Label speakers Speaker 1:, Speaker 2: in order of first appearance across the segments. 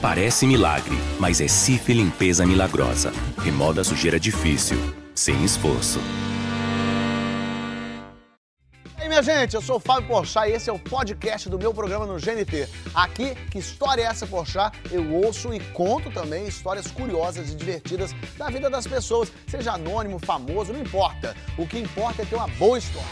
Speaker 1: Parece milagre, mas é Cif Limpeza Milagrosa. Remoda a sujeira difícil, sem esforço.
Speaker 2: E aí, minha gente, eu sou o Fábio Porchat e esse é o podcast do meu programa no GNT. Aqui, que história é essa, Porchat? Eu ouço e conto também histórias curiosas e divertidas da vida das pessoas, seja anônimo, famoso, não importa. O que importa é ter uma boa história.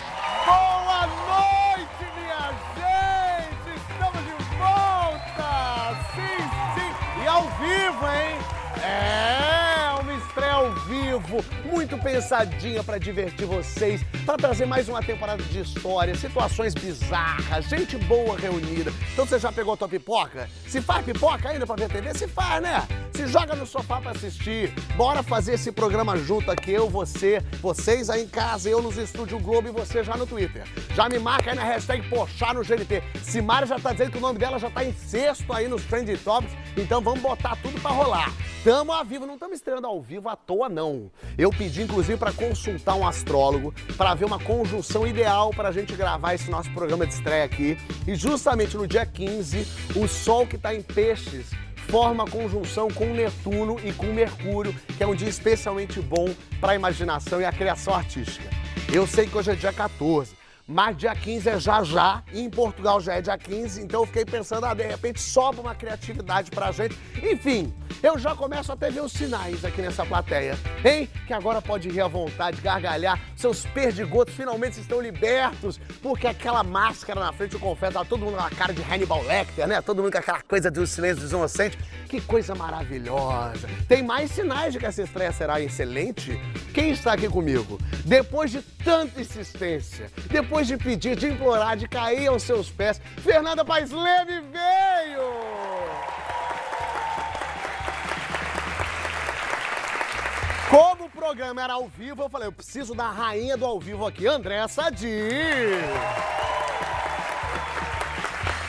Speaker 3: Boa noite, minha gente! Estamos de volta! Sim, sim! E ao vivo, hein? É, uma estreia ao vivo, muito pensadinha pra divertir vocês, pra trazer mais uma temporada de histórias, situações bizarras, gente boa reunida. Então você já pegou a tua pipoca? Se faz pipoca ainda pra ver TV? Se faz, né? Se joga no sofá pra assistir. Bora fazer esse programa junto aqui, eu, você, vocês aí em casa, eu nos Estúdio Globo e você já no Twitter. Já me marca aí na hashtag Pochá no GNT. Simara já tá dizendo que o nome dela já tá em sexto aí nos Trending Topics, então vamos botar tudo pra rolar. Tamo ao vivo, não estamos estreando ao vivo à toa, não. Eu pedi, inclusive, pra consultar um astrólogo pra ver uma conjunção ideal pra gente gravar esse nosso programa de estreia aqui. E justamente no dia 15, o Sol que tá em peixes forma a conjunção com Netuno e com Mercúrio, que é um dia especialmente bom para a imaginação e a criação artística. Eu sei que hoje é dia 14, mas dia 15 é já já, e em Portugal já é dia 15, então eu fiquei pensando, ah, de repente sobra uma criatividade pra gente. Enfim, eu já começo até ver os sinais aqui nessa plateia, hein? Que agora pode rir à vontade, gargalhar, seus perdigotos finalmente estão libertos, porque aquela máscara na frente, eu confesso, tá todo mundo na cara de Hannibal Lecter, né? Todo mundo com aquela coisa do silêncio dos inocentes. Que coisa maravilhosa. Tem mais sinais de que essa estreia será excelente? Quem está aqui comigo? Depois de tanta insistência, depois de pedir, de implorar, de cair aos seus pés, Fernanda Paes Leme veio! Como o programa era ao vivo, eu falei, eu preciso da rainha do ao vivo aqui, André Sadi.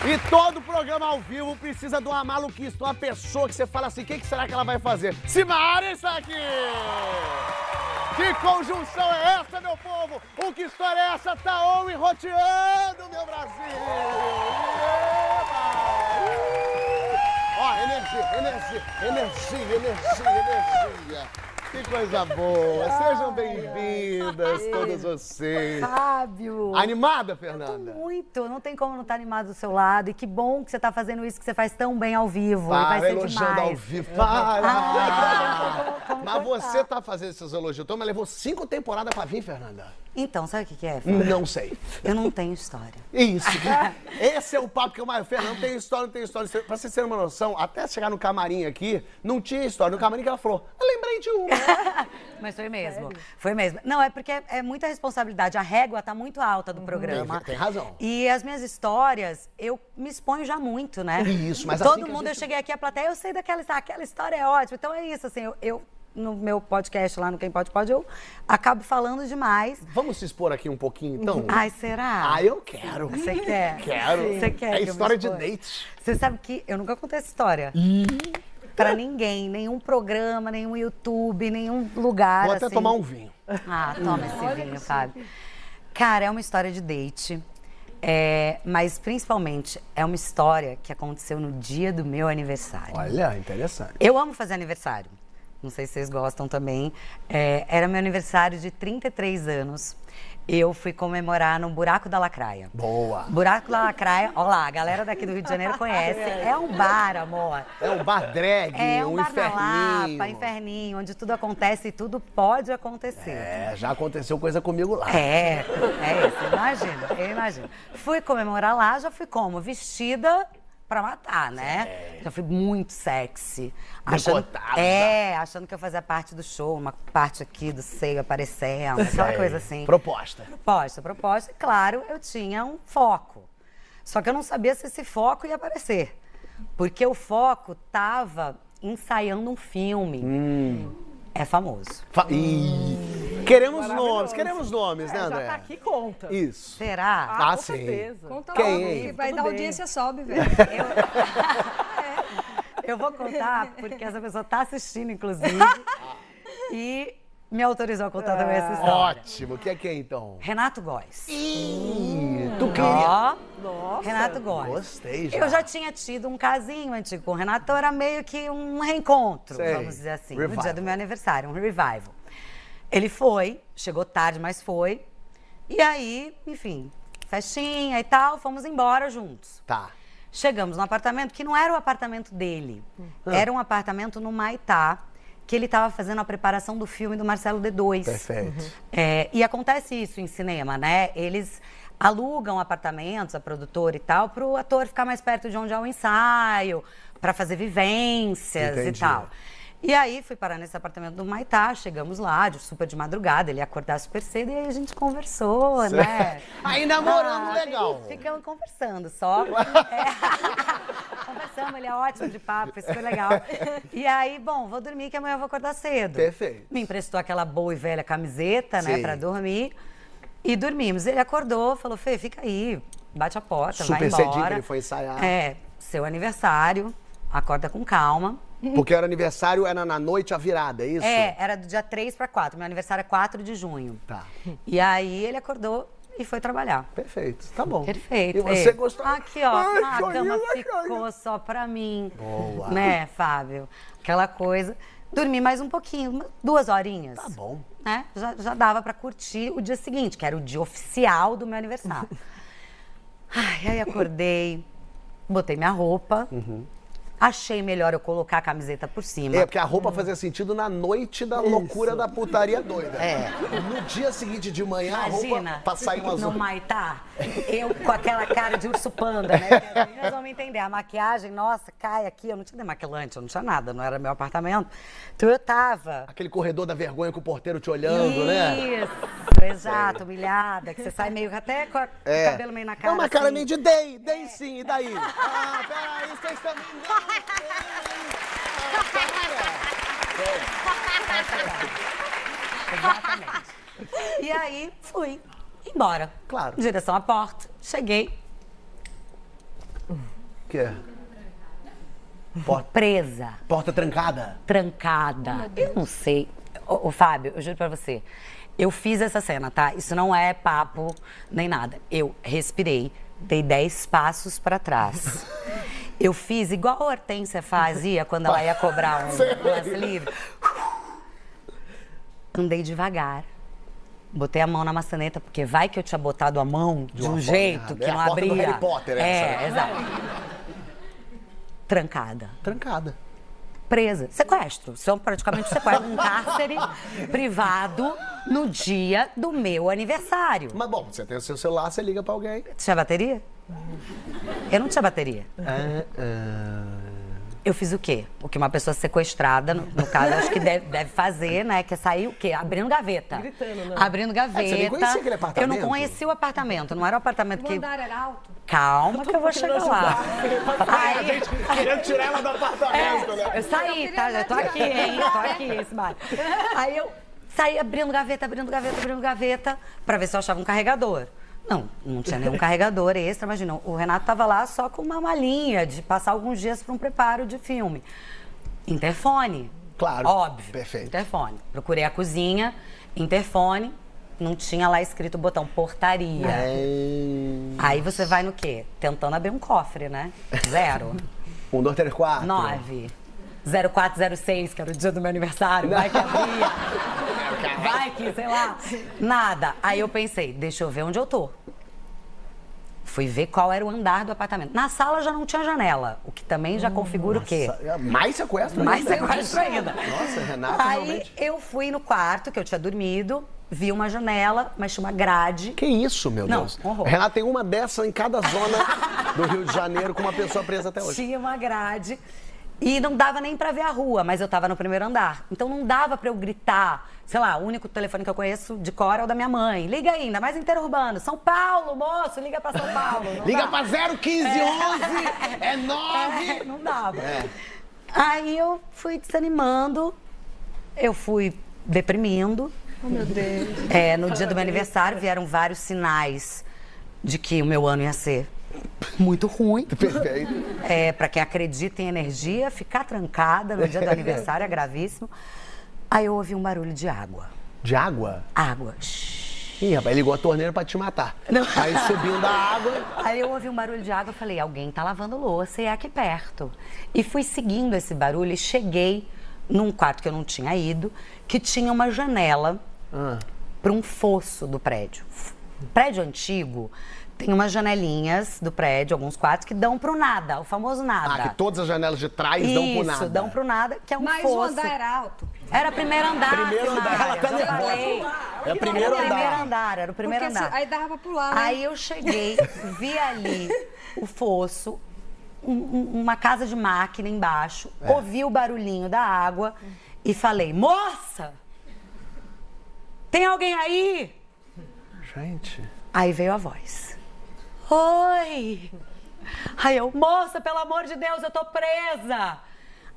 Speaker 3: E todo programa ao vivo precisa de uma maluquice, de uma pessoa que você fala assim, o que, que será que ela vai fazer? Simara está aqui! Que conjunção é essa, meu povo? O que história é essa? Tá on e roteando, meu Brasil! Eba! Ó, energia, energia, energia, energia, energia. Que coisa boa! Sejam bem-vindas todas vocês.
Speaker 4: Fábio!
Speaker 3: Animada, Fernanda?
Speaker 4: Muito! Não tem como não estar animado do seu lado. E que bom que você está fazendo isso que você faz tão bem ao vivo. E vai ser
Speaker 3: elogiando ao
Speaker 4: demais. Ah,
Speaker 3: vivo. Para!
Speaker 4: Como- como
Speaker 3: Mas
Speaker 4: cortar.
Speaker 3: você tá fazendo esses elogios. Então, mas levou cinco temporadas pra vir, Fernanda?
Speaker 4: Então, sabe o que, que é? Fábio?
Speaker 3: Não sei.
Speaker 4: Eu não tenho história.
Speaker 3: Isso. que- Esse é o papo que eu mais. Fernando, tem história, não tem história. Pra vocês terem uma noção, até chegar no camarim aqui, não tinha história. No camarim que ela falou, eu lembrei de uma.
Speaker 4: Mas foi mesmo. Foi mesmo. Não, é porque é, é muita responsabilidade. A régua tá muito alta do programa.
Speaker 3: Hum, Tem- tem razão.
Speaker 4: E as minhas histórias, eu me exponho já muito, né?
Speaker 3: Isso, mas
Speaker 4: Todo
Speaker 3: assim que a
Speaker 4: mundo, eu
Speaker 3: gente-
Speaker 4: cheguei aqui à plateia, eu sei daquela história. Aquela história é ótima. Então é isso, assim, eu. eu- no meu podcast lá no Quem Pode Pode, eu acabo falando demais.
Speaker 3: Vamos se expor aqui um pouquinho, então?
Speaker 4: Ai, será?
Speaker 3: Ah, eu quero.
Speaker 4: Você quer?
Speaker 3: Quero.
Speaker 4: Você quer?
Speaker 3: É
Speaker 4: que eu me
Speaker 3: história de
Speaker 4: exponha?
Speaker 3: date.
Speaker 4: Você sabe que eu nunca contei essa história. Pra ninguém, nenhum programa, nenhum YouTube, nenhum lugar.
Speaker 3: Vou até
Speaker 4: assim.
Speaker 3: tomar um vinho.
Speaker 4: Ah, toma esse vinho, Fábio. Cara, é uma história de date. é, mas principalmente é uma história que aconteceu no dia do meu aniversário.
Speaker 3: Olha, interessante.
Speaker 4: Eu amo fazer aniversário. Não sei se vocês gostam também. É, era meu aniversário de 33 anos. Eu fui comemorar no Buraco da Lacraia.
Speaker 3: Boa.
Speaker 4: Buraco da Lacraia, olha lá, a galera daqui do Rio de Janeiro conhece. É um bar, amor.
Speaker 3: É um bar drag,
Speaker 4: É um,
Speaker 3: um,
Speaker 4: bar na
Speaker 3: inferninho.
Speaker 4: Lapa, inferninho, onde tudo acontece e tudo pode acontecer.
Speaker 3: É, já aconteceu coisa comigo lá.
Speaker 4: É, é isso, imagina, eu imagino. Fui comemorar lá, já fui como? Vestida pra matar, né? Já fui muito sexy.
Speaker 3: Decotada.
Speaker 4: É, achando que eu fazia parte do show, uma parte aqui do seio aparecendo, aquela coisa assim.
Speaker 3: É, Proposta.
Speaker 4: Proposta, proposta, e claro, eu tinha um foco. Só que eu não sabia se esse foco ia aparecer. Porque o foco tava ensaiando um filme.
Speaker 3: Hum.
Speaker 4: É famoso.
Speaker 3: Fa- Ih, Queremos nomes, queremos nomes, né,
Speaker 5: Já
Speaker 3: André?
Speaker 2: é.
Speaker 5: tá aqui, conta.
Speaker 3: Isso.
Speaker 4: Será?
Speaker 3: Ah,
Speaker 5: com
Speaker 3: sim.
Speaker 5: certeza.
Speaker 6: Conta
Speaker 3: Quem, é
Speaker 2: é
Speaker 6: logo,
Speaker 3: hein?
Speaker 6: que vai
Speaker 5: Tudo
Speaker 6: dar
Speaker 5: bem.
Speaker 6: audiência, sobe, velho.
Speaker 5: É
Speaker 4: Eu vou contar porque essa pessoa tá assistindo, inclusive. E me autorizou a contar também
Speaker 3: Ah.
Speaker 4: essa história.
Speaker 3: Ótimo. O que é que é, então?
Speaker 4: Renato Góes.
Speaker 3: Ih, tu queria...
Speaker 4: Ó,
Speaker 5: Nossa.
Speaker 4: Renato Góes.
Speaker 3: Gostei, já.
Speaker 4: Eu já tinha tido um casinho antigo com o Renato, então era meio que um reencontro,
Speaker 3: Sei.
Speaker 4: vamos dizer assim, no
Speaker 3: Revival.
Speaker 4: dia do meu aniversário, um revival. Ele foi, chegou tarde, mas foi. E aí, enfim, festinha e tal, fomos embora juntos.
Speaker 3: Tá.
Speaker 4: Chegamos no apartamento, que não era o apartamento dele,
Speaker 3: Hum.
Speaker 4: era um apartamento no Maitá, que ele estava fazendo a preparação do filme do Marcelo D2.
Speaker 3: Perfeito.
Speaker 4: É, e acontece isso em cinema, né? Eles alugam apartamentos, a produtora e tal, para o ator ficar mais perto de onde é o ensaio, para fazer vivências
Speaker 3: Entendi.
Speaker 4: e tal. E aí fui parar nesse apartamento do Maitá, chegamos lá, de- super de madrugada, ele ia acordar super cedo e aí a gente conversou, né?
Speaker 3: Aí namorando
Speaker 4: Ah,
Speaker 3: legal.
Speaker 4: Ficamos conversando só. É. Conversamos, ele é ótimo de papo, isso foi legal. E aí, bom, vou dormir que amanhã eu vou acordar cedo.
Speaker 3: Perfeito.
Speaker 4: Me emprestou aquela boa e velha camiseta,
Speaker 3: Sim.
Speaker 4: né, pra dormir. E dormimos. Ele acordou, falou: Fê, fica aí, bate a porta, vai
Speaker 3: Super
Speaker 4: embora.
Speaker 3: cedinho que ele foi ensaiar.
Speaker 4: É, seu aniversário, acorda com calma.
Speaker 3: Porque era aniversário, era na noite a virada, é isso?
Speaker 4: É, era do dia 3 pra 4. Meu aniversário é 4 de junho.
Speaker 3: Tá.
Speaker 4: E aí ele acordou e foi trabalhar.
Speaker 3: Perfeito. Tá bom.
Speaker 4: Perfeito.
Speaker 3: E você
Speaker 4: Fê.
Speaker 3: gostou?
Speaker 4: Aqui, ó. Ah,
Speaker 3: Ai,
Speaker 4: a
Speaker 3: joinha,
Speaker 4: cama
Speaker 3: joinha.
Speaker 4: ficou assim. só pra mim.
Speaker 3: Boa.
Speaker 4: Né, Fábio? Aquela coisa. Dormi mais um pouquinho, uma- duas horinhas.
Speaker 3: Tá bom.
Speaker 4: Né? Já, já dava pra curtir o dia seguinte, que era o dia oficial do meu aniversário. Ai, aí acordei, botei minha roupa. Achei melhor eu colocar a camiseta por cima.
Speaker 3: Uhum. É, porque a roupa fazia sentido na noite da loucura da putaria doida. É. No dia seguinte de manhã, a
Speaker 4: Imagina,
Speaker 3: roupa pra sair umas
Speaker 4: no Maitá, eu com aquela cara de urso panda, né? Porque as meninas vão me entender. A maquiagem, nossa, cai aqui. Eu não tinha demaquilante, eu não tinha nada, não era meu apartamento. Então eu tava...
Speaker 3: Aquele corredor da vergonha com o porteiro te olhando, né?
Speaker 4: Isso, exato, humilhada, que você sai meio até com a- com o cabelo meio na cara.
Speaker 3: É uma cara
Speaker 4: assim.
Speaker 3: meio de dei, dei sim, e daí? Ah, peraí, vocês também não.
Speaker 4: Exatamente. E aí fui embora.
Speaker 3: Claro.
Speaker 4: Em direção à porta. Cheguei
Speaker 3: O quê?
Speaker 4: presa,
Speaker 3: Porta trancada?
Speaker 4: trancada. Eu não sei. Ô, ô, Fábio, eu juro pra você. Eu fiz essa cena, tá? Isso não é papo nem nada. Eu respirei, dei 10 passos pra trás. Eu fiz igual a Hortência fazia quando ela ia cobrar um lance livre. Andei devagar. Botei a mão na maçaneta, porque vai que eu tinha botado a mão de, um
Speaker 3: uma forma
Speaker 4: jeito
Speaker 3: errada.
Speaker 4: que
Speaker 3: É a
Speaker 4: não
Speaker 3: porta do
Speaker 4: abria.
Speaker 3: Harry Potter essa, né?
Speaker 4: É, exato. Trancada
Speaker 3: Trancada.
Speaker 4: presa. Sequestro. São praticamente sequestro. Um cárcere privado no dia do meu aniversário.
Speaker 3: Mas bom, você tem o seu celular, você liga pra alguém.
Speaker 4: Tinha bateria? Eu não tinha bateria.
Speaker 3: É,
Speaker 4: Eu fiz o quê? O que uma pessoa sequestrada, no, no caso, acho que deve, deve fazer, né? Que é sair o quê? Abrindo gaveta.
Speaker 5: Gritando, né?
Speaker 4: Abrindo
Speaker 3: Ah,
Speaker 4: gaveta.
Speaker 3: você nem conhecia aquele
Speaker 4: Eu não
Speaker 3: apartamento?
Speaker 4: conhecia o apartamento, não era o apartamento que.
Speaker 5: era alto?
Speaker 4: Calma que eu vou chegar lá. Aí-
Speaker 3: Querendo tirar ela do apartamento, né?
Speaker 4: Eu saí, tá? Já tô aqui, hein? Tô aqui, esse bar. Aí eu saí abrindo gaveta, abrindo gaveta, abrindo gaveta, pra ver se eu achava um carregador. Não, não tinha nenhum carregador extra, imagina. O Renato tava lá só com uma malinha de passar alguns dias pra um preparo de filme. Interfone.
Speaker 3: Claro,
Speaker 4: Óbvio.
Speaker 3: perfeito.
Speaker 4: Interfone. Procurei a cozinha, interfone, não tinha lá escrito o botão portaria.
Speaker 3: É...
Speaker 4: Aí você vai no quê? Tentando abrir um cofre, né? Zero.
Speaker 3: Um, dois, três, quatro.
Speaker 4: 9. 0406, que era o dia do meu aniversário. Vai que abria. Vai que, sei lá. Nada. Aí eu pensei, deixa eu ver onde eu tô. Fui ver qual era o andar do apartamento. Na sala já não tinha janela, o que também já configura o quê?
Speaker 2: É,
Speaker 3: Sa- Mais sequestro?
Speaker 4: Mais
Speaker 2: né?
Speaker 3: ainda.
Speaker 4: sequestro ainda.
Speaker 3: Nossa, Renata,
Speaker 4: Aí
Speaker 3: realmente.
Speaker 4: eu fui no quarto, que eu tinha dormido, vi uma janela, mas tinha uma grade.
Speaker 3: Que isso, meu
Speaker 4: Não,
Speaker 3: Deus.
Speaker 4: horror.
Speaker 3: Renata tem uma dessa em cada zona do Rio de Janeiro com uma pessoa presa até hoje.
Speaker 4: Tinha uma grade. E não dava nem pra ver a rua, mas eu tava no primeiro andar. Então não dava pra eu gritar. Sei lá, o único telefone que eu conheço de cor é o da minha mãe. Liga ainda, mais interurbano. São Paulo, moço, liga pra São Paulo. Não
Speaker 3: Liga
Speaker 4: dá.
Speaker 3: pra 015 11 é 9.
Speaker 4: É, não dava. Aí eu fui desanimando, eu fui deprimindo.
Speaker 5: Oh, meu Deus.
Speaker 4: É, no dia do meu aniversário vieram vários sinais de que o meu ano ia ser muito ruim.
Speaker 3: Perfeito.
Speaker 4: É, para quem acredita em energia, ficar trancada no dia do aniversário é gravíssimo. Aí eu ouvi um barulho de água.
Speaker 2: De água?
Speaker 4: Água. Shhh.
Speaker 2: Ih, rapaz, ligou a torneira pra te matar.
Speaker 4: Não.
Speaker 2: Aí subindo a água.
Speaker 4: Aí eu ouvi um barulho de água, eu falei, alguém tá lavando louça e é aqui perto. E fui seguindo esse barulho e cheguei num quarto que eu não tinha ido, que tinha uma janela
Speaker 2: Ah.
Speaker 4: para um fosso do prédio. F- Prédio antigo tem umas janelinhas do prédio, alguns quartos que dão pro nada, o famoso nada.
Speaker 2: Ah, que todas as janelas de trás
Speaker 4: Tá. Isso,
Speaker 2: dão pro nada.
Speaker 4: dão pro nada, que é um
Speaker 5: Mas o
Speaker 4: fosso.
Speaker 5: andar era alto.
Speaker 4: Era primeiro andar.
Speaker 2: Primeiro andar,
Speaker 4: Simária,
Speaker 2: ela tá
Speaker 4: eu
Speaker 2: nervosa.
Speaker 4: falei.
Speaker 2: É o primeiro
Speaker 4: Era o
Speaker 2: andar.
Speaker 4: primeiro andar, era o primeiro
Speaker 5: Porque se-
Speaker 4: andar.
Speaker 5: aí dava pra pular, né?
Speaker 4: Aí eu cheguei, vi ali o fosso, um- um- uma casa de máquina embaixo,
Speaker 2: É.
Speaker 4: ouvi o barulhinho da água e falei: Moça! Tem alguém aí?
Speaker 2: Gente.
Speaker 4: Aí veio a voz. Oi! Aí eu, moça, pelo amor de Deus, eu tô presa!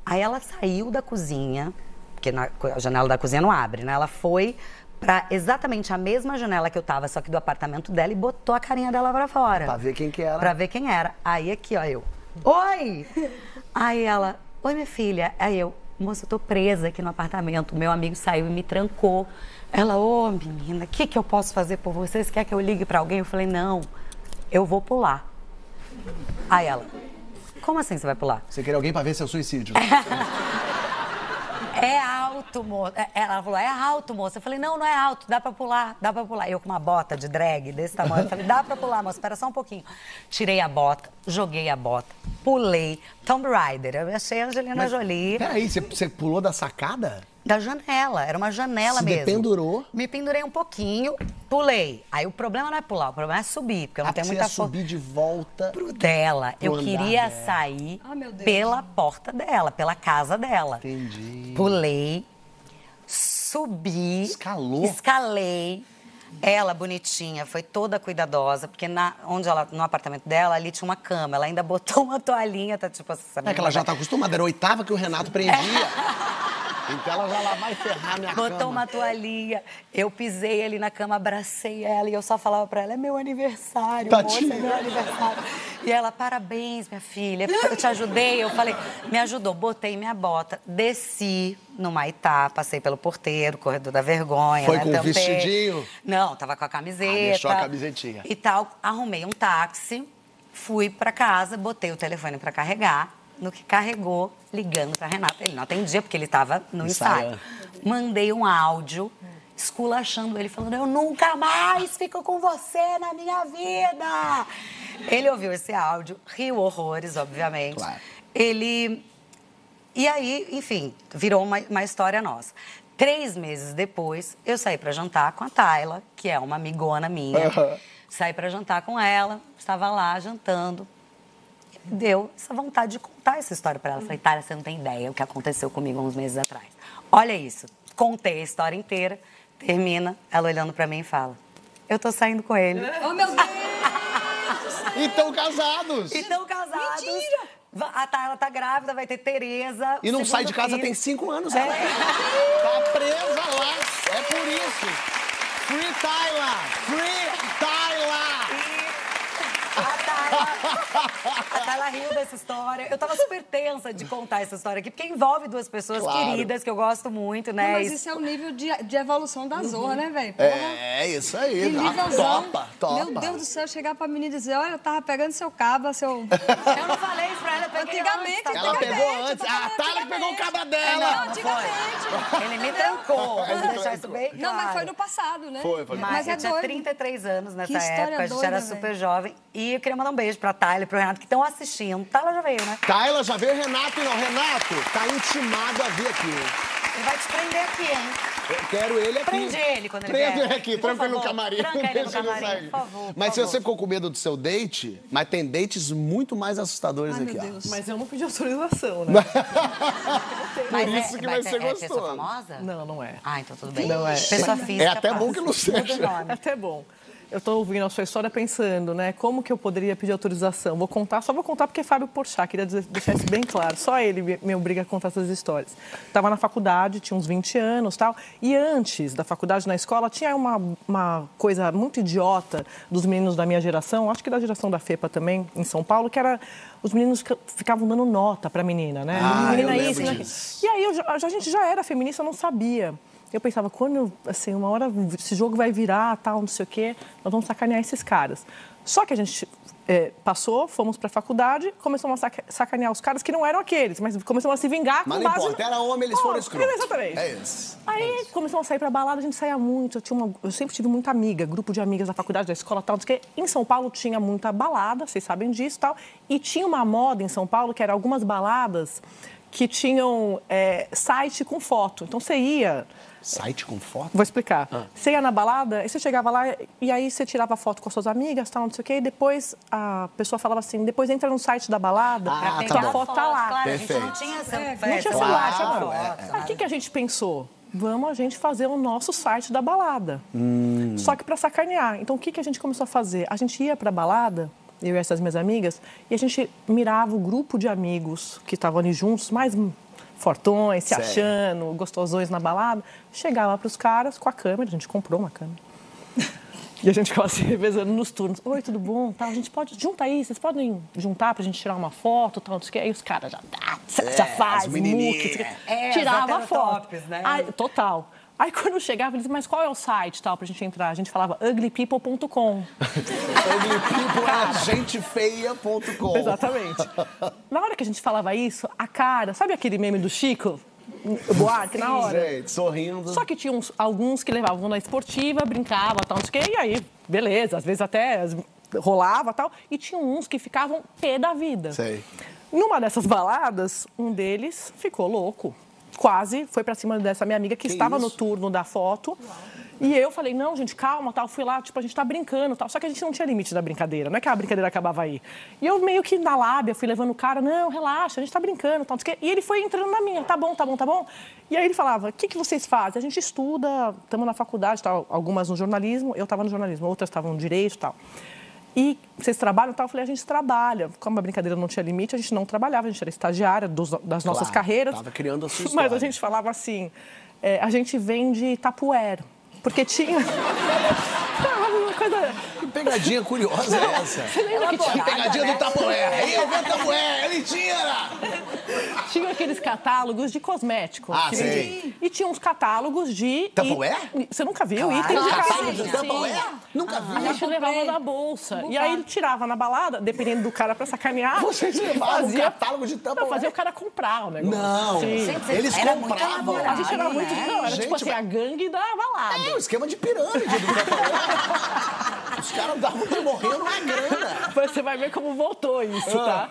Speaker 4: Aí ela saiu da cozinha, porque na- a janela da cozinha não abre, né? Ela foi pra exatamente a mesma janela que eu tava, só que do apartamento dela, e botou a carinha dela pra fora.
Speaker 2: Pra ver quem que era.
Speaker 4: Pra ver quem era. Aí aqui, ó, eu. Oi! Aí ela, oi, minha filha. Aí eu, moça, eu tô presa aqui no apartamento. Meu amigo saiu e me trancou. Ela, ô, menina, o que, que eu posso fazer por você? Você quer que eu ligue pra alguém? Eu falei, não, eu vou pular. Aí Ah, ela, como assim você vai pular?
Speaker 2: Você queria alguém pra ver seu suicídio.
Speaker 4: É alto, moça. Ela falou, é alto, moça. Eu falei, não, não é alto, dá pra pular, dá pra pular. Eu com uma bota de drag desse tamanho, eu falei, dá pra pular, moça, espera só um pouquinho. Tirei a bota, joguei a bota, pulei. Tomb Raider, eu me achei a Angelina Jolie
Speaker 2: Peraí, você, você pulou da sacada?
Speaker 4: da janela, era uma janela
Speaker 2: Se
Speaker 4: mesmo.
Speaker 2: dependurou?
Speaker 4: Me pendurei um pouquinho, pulei. Aí o problema não é pular, o problema é subir, porque eu não
Speaker 2: Ah,
Speaker 4: tenho
Speaker 2: você
Speaker 4: muita
Speaker 2: ia
Speaker 4: força
Speaker 2: subir É. de volta.
Speaker 4: pro dela. eu
Speaker 2: andar
Speaker 4: queria
Speaker 2: dela.
Speaker 4: sair
Speaker 5: Ah, meu Deus.
Speaker 4: pela porta dela, pela casa dela.
Speaker 2: Entendi.
Speaker 4: Pulei, subi.
Speaker 2: Escalou?
Speaker 4: Escalei. Ela, bonitinha, foi toda cuidadosa, porque na, onde ela, no apartamento dela, ali tinha uma cama. Ela ainda botou uma toalhinha, tá tipo assim, sabe?
Speaker 2: É que ela já tá acostumada, era a oitava que o Renato prendia. Então ela já lá vai ferrar minha
Speaker 4: Botou
Speaker 2: cama.
Speaker 4: uma toalhinha. Eu pisei ali na cama, abracei ela e eu só falava pra ela: é meu aniversário, moça,
Speaker 2: Tadinha.
Speaker 4: é meu aniversário. E ela, parabéns, minha filha. Eu te ajudei. Eu falei, me ajudou. Botei minha bota, desci no Maitá, passei pelo porteiro, corredor da vergonha.
Speaker 2: Foi
Speaker 4: né?
Speaker 2: com o
Speaker 4: Tampei.
Speaker 2: vestidinho? Ah,
Speaker 4: Não, tava com a camiseta.
Speaker 2: deixou a camisetinha.
Speaker 4: E tal. Arrumei um táxi, fui pra casa, botei o telefone pra carregar. No que carregou, ligando pra Renata. Ele não atendia, porque ele tava no
Speaker 2: Ensaio.
Speaker 4: ensaio. Mandei um áudio esculachando ele, falando: Eu nunca mais fico com você na minha vida. Ele ouviu esse áudio, riu horrores, obviamente.
Speaker 2: Claro.
Speaker 4: Ele. E aí, enfim, virou uma, uma história nossa. Três meses depois, eu saí pra jantar com a Tayla, que é uma amigona minha. Saí pra jantar com ela, estava lá jantando deu essa vontade de contar essa história pra ela. Eu Falei, Tara, você não tem ideia o que aconteceu comigo uns meses atrás. Olha isso. Contei a história inteira, termina, ela olhando pra mim e fala: Eu tô saindo com ele.
Speaker 5: Oh, meu Deus!
Speaker 2: E tão casados!
Speaker 4: E estão casados.
Speaker 5: Mentira!
Speaker 4: Va- A Tayla tá grávida, vai ter Tereza.
Speaker 2: E não
Speaker 4: segundo
Speaker 2: sai de casa
Speaker 4: filho.
Speaker 2: tem cinco anos, ela.
Speaker 4: É.
Speaker 2: Tá presa lá. É por isso. Free Tyler! Free Tyler!
Speaker 4: A Carla riu dessa história. Eu tava super tensa de contar essa história aqui, porque envolve duas pessoas
Speaker 2: Claro.
Speaker 4: queridas que eu gosto muito, né?
Speaker 5: Não, mas
Speaker 4: E-
Speaker 5: isso é o nível de, de evolução da Zorra, né, velho? Porra.
Speaker 2: Uhum. É, isso
Speaker 5: Que
Speaker 2: aí. Ah,
Speaker 5: nívelzão.
Speaker 2: topa, topa.
Speaker 5: Meu Deus do céu, chegar pra menina e dizer, olha, eu tava pegando seu cabo, seu...
Speaker 4: Eu não falei isso pra ela, eu peguei
Speaker 5: Antigamente,
Speaker 4: antes, tá
Speaker 2: Ela
Speaker 4: bom?
Speaker 5: antigamente.
Speaker 2: pegou
Speaker 5: eu tô
Speaker 2: antes.
Speaker 5: falando
Speaker 2: A Tyler pegou o cabo
Speaker 5: Não,
Speaker 2: dela.
Speaker 5: antigamente.
Speaker 4: Ele me trancou, vamos deixar isso bem
Speaker 5: Não, mas foi
Speaker 4: claro.
Speaker 5: no passado, né?
Speaker 2: Foi, foi no
Speaker 4: Mas,
Speaker 5: Mas
Speaker 4: eu
Speaker 5: é
Speaker 4: tinha
Speaker 5: doido.
Speaker 4: 33 anos nessa
Speaker 5: Que história
Speaker 4: época, a gente
Speaker 5: doida,
Speaker 4: era
Speaker 5: velho.
Speaker 4: super jovem. E eu queria mandar um beijo pra Thalia e pro Renato, que estão assistindo. Thalia já veio, né?
Speaker 2: Tyler, já veio o Renato, não. Renato tá intimado a vir aqui.
Speaker 4: Ele vai te prender aqui, hein?
Speaker 2: Eu quero ele aqui.
Speaker 4: Prende ele quando ele
Speaker 2: Prende
Speaker 4: vier.
Speaker 2: ele aqui,
Speaker 4: Por
Speaker 2: tranca ele no
Speaker 4: favor,
Speaker 2: camarim.
Speaker 4: tranca ele no
Speaker 2: deixa
Speaker 4: camarim,
Speaker 2: sair.
Speaker 4: por favor, por
Speaker 2: Mas se
Speaker 4: favor.
Speaker 2: você ficou com medo do seu date, mas tem dates muito mais assustadores
Speaker 5: Ai,
Speaker 2: aqui,
Speaker 5: meu
Speaker 2: ó.
Speaker 5: Deus.
Speaker 6: Mas eu não pedi autorização, né?
Speaker 4: Mas
Speaker 2: isso que vai ser
Speaker 4: é pessoa
Speaker 2: gostoso.
Speaker 4: famosa?
Speaker 6: Não, não é.
Speaker 4: Ah, então tudo bem.
Speaker 6: Não é.
Speaker 4: Pessoa física.
Speaker 2: É até bom que não
Speaker 4: passa. Muda o
Speaker 2: seja.
Speaker 6: É
Speaker 4: nome.
Speaker 6: até bom. Eu tô ouvindo a sua história pensando, né? Como que eu poderia pedir autorização? Vou contar, só vou contar porque é Fábio Porchat, queria dizer- deixar isso bem claro. Só ele me, me obriga a contar essas histórias. Tava na faculdade, tinha uns 20 anos tal. E antes da faculdade, na escola, tinha uma, uma coisa muito idiota dos meninos da minha geração, acho que da geração da FEPA também, em São Paulo, que era... Os meninos fica- ficavam dando nota pra menina, né?
Speaker 2: Ah, eu
Speaker 6: menina
Speaker 2: lembro
Speaker 6: isso, né? menina
Speaker 2: disso.
Speaker 6: aquilo. E aí eu já- a gente já era feminista, eu não sabia. Eu pensava, quando, assim, uma hora esse jogo vai virar, tal, não sei o quê, nós vamos sacanear esses caras. Só que a gente é, passou, fomos pra faculdade, começamos a saca- sacanear os caras que não eram aqueles, mas começamos a se vingar
Speaker 2: Mas
Speaker 6: com
Speaker 2: não
Speaker 6: base
Speaker 2: importa,
Speaker 6: no-
Speaker 2: era homem, eles
Speaker 6: Pô,
Speaker 2: foram escrotos.
Speaker 6: Exatamente.
Speaker 2: É isso.
Speaker 6: Aí começamos a sair pra balada, a gente saía muito. Eu, tinha uma- eu sempre tive muita amiga, grupo de amigas da faculdade, da escola tal, porque em São Paulo tinha muita balada, vocês sabem disso tal. E tinha uma moda em São Paulo que era algumas baladas que tinham é, site com foto. Então você ia.
Speaker 2: Site com foto?
Speaker 6: Vou explicar.
Speaker 2: Ah.
Speaker 6: Você ia na balada, e você chegava lá, e aí você tirava foto com as suas amigas, tal, não sei o quê, e depois a pessoa falava assim, depois entra no site da balada,
Speaker 2: Ah,
Speaker 6: que
Speaker 2: tá
Speaker 6: a
Speaker 2: bom.
Speaker 6: foto tá lá.
Speaker 4: Claro, a gente não
Speaker 2: Perfeito.
Speaker 4: tinha essa
Speaker 5: É, não
Speaker 6: Não tinha
Speaker 4: essa
Speaker 6: celular,
Speaker 4: foto,
Speaker 6: claro.
Speaker 4: foto,
Speaker 6: Aí o que, que a gente pensou? Vamos a gente fazer o nosso site da balada. Só que para sacanear. Então o que, que a gente começou a fazer? A gente ia para balada, eu e essas minhas amigas, e a gente mirava o grupo de amigos que estavam ali juntos, mais hum, fortões, se
Speaker 2: Sei.
Speaker 6: achando, gostosões na balada. Chegava para os caras com a câmera, a gente comprou uma câmera. E a gente ficava se revezando nos turnos. Oi, tudo bom? Tá, a gente pode. Junta aí, vocês podem juntar pra gente tirar uma foto tal, não sei o quê. Aí os caras já, ah, cê- já faz,
Speaker 2: as
Speaker 6: muque,
Speaker 2: menininhas.
Speaker 6: cê-
Speaker 4: É, as
Speaker 6: tirava a foto.
Speaker 4: heterotops, né?
Speaker 6: Aí, total. Aí quando eu chegava, eles, mas qual é o site tal pra gente entrar? A gente falava uglypeople.com.
Speaker 2: Então Uglypeople é gentefeia.com.
Speaker 6: Exatamente. Na hora que a gente falava isso, a cara, sabe aquele meme do Chico? O Buarque, na hora.
Speaker 2: Gente, sorrindo.
Speaker 6: Só que tinha uns- alguns que levavam na esportiva, brincava, tal, não sei o quê, e aí, beleza, às vezes até as- rolava tal. E tinha uns que ficavam pé da vida.
Speaker 2: Sei.
Speaker 6: Numa dessas baladas, um deles ficou louco. Quase foi pra cima dessa minha amiga que, estava no
Speaker 2: isso?
Speaker 6: turno da foto. E eu falei, não, gente, calma, tal. Fui lá, tipo, a gente tá brincando, tal. Só que a gente não tinha limite da brincadeira, não é que a brincadeira acabava aí. E eu meio que na lábia fui levando o cara, não, relaxa, a gente tá brincando, tal. não sei o quê. E ele foi entrando na minha, tá bom, tá bom, tá bom. E aí ele falava, o que, que vocês fazem? A gente estuda, estamos na faculdade, tal. Algumas no jornalismo, eu tava no jornalismo, outras estavam no direito, tal. E vocês trabalham tal? Eu falei, a gente trabalha. Como a brincadeira não tinha limite, a gente não trabalhava, a gente era estagiária dos- das nossas
Speaker 2: Claro,
Speaker 6: carreiras.
Speaker 2: tava criando a sua
Speaker 6: Mas
Speaker 2: história.
Speaker 6: a gente falava assim, é, a gente vende tapuer. Porque tinha. Era uma coisa-
Speaker 2: Que pegadinha curiosa é essa?
Speaker 6: Você lembra que
Speaker 2: Que
Speaker 6: tinha,
Speaker 2: pegadinha do Tapoé. Aí eu vou Tapoé, É mentira!
Speaker 6: tinha aqueles catálogos de cosméticos?
Speaker 2: Ah,
Speaker 6: que
Speaker 2: sei.
Speaker 6: vendiam. E tinha uns catálogos de.
Speaker 2: Tapuer?
Speaker 6: i- Você nunca viu?
Speaker 4: Claro.
Speaker 6: Itens de
Speaker 4: Ah,
Speaker 2: Sabe do
Speaker 6: casa.
Speaker 2: Tapoé?
Speaker 6: Sim.
Speaker 2: Nunca
Speaker 3: Ah,
Speaker 6: A
Speaker 2: vi.
Speaker 6: gente levava na bolsa. E aí ele tirava na balada, dependendo do cara pra
Speaker 4: Ah.
Speaker 6: sacanear.
Speaker 2: Vocês levaram um catálogo de
Speaker 6: Não, fazia
Speaker 2: Tapoé.
Speaker 6: o cara comprar o negócio.
Speaker 2: Não.
Speaker 6: Sim.
Speaker 2: Eles
Speaker 4: era muito
Speaker 2: compravam.
Speaker 6: A gente era
Speaker 4: elaborado,
Speaker 6: muito.
Speaker 4: né?
Speaker 6: Não, era
Speaker 2: Gente,
Speaker 6: tipo assim,
Speaker 2: mas-
Speaker 6: a gangue da
Speaker 3: Ah,
Speaker 6: balada.
Speaker 2: É, o esquema de pirâmide do Tapoé. Os caras davam de morrer
Speaker 3: é
Speaker 2: na grana.
Speaker 6: Mas Você vai ver como voltou isso, tá?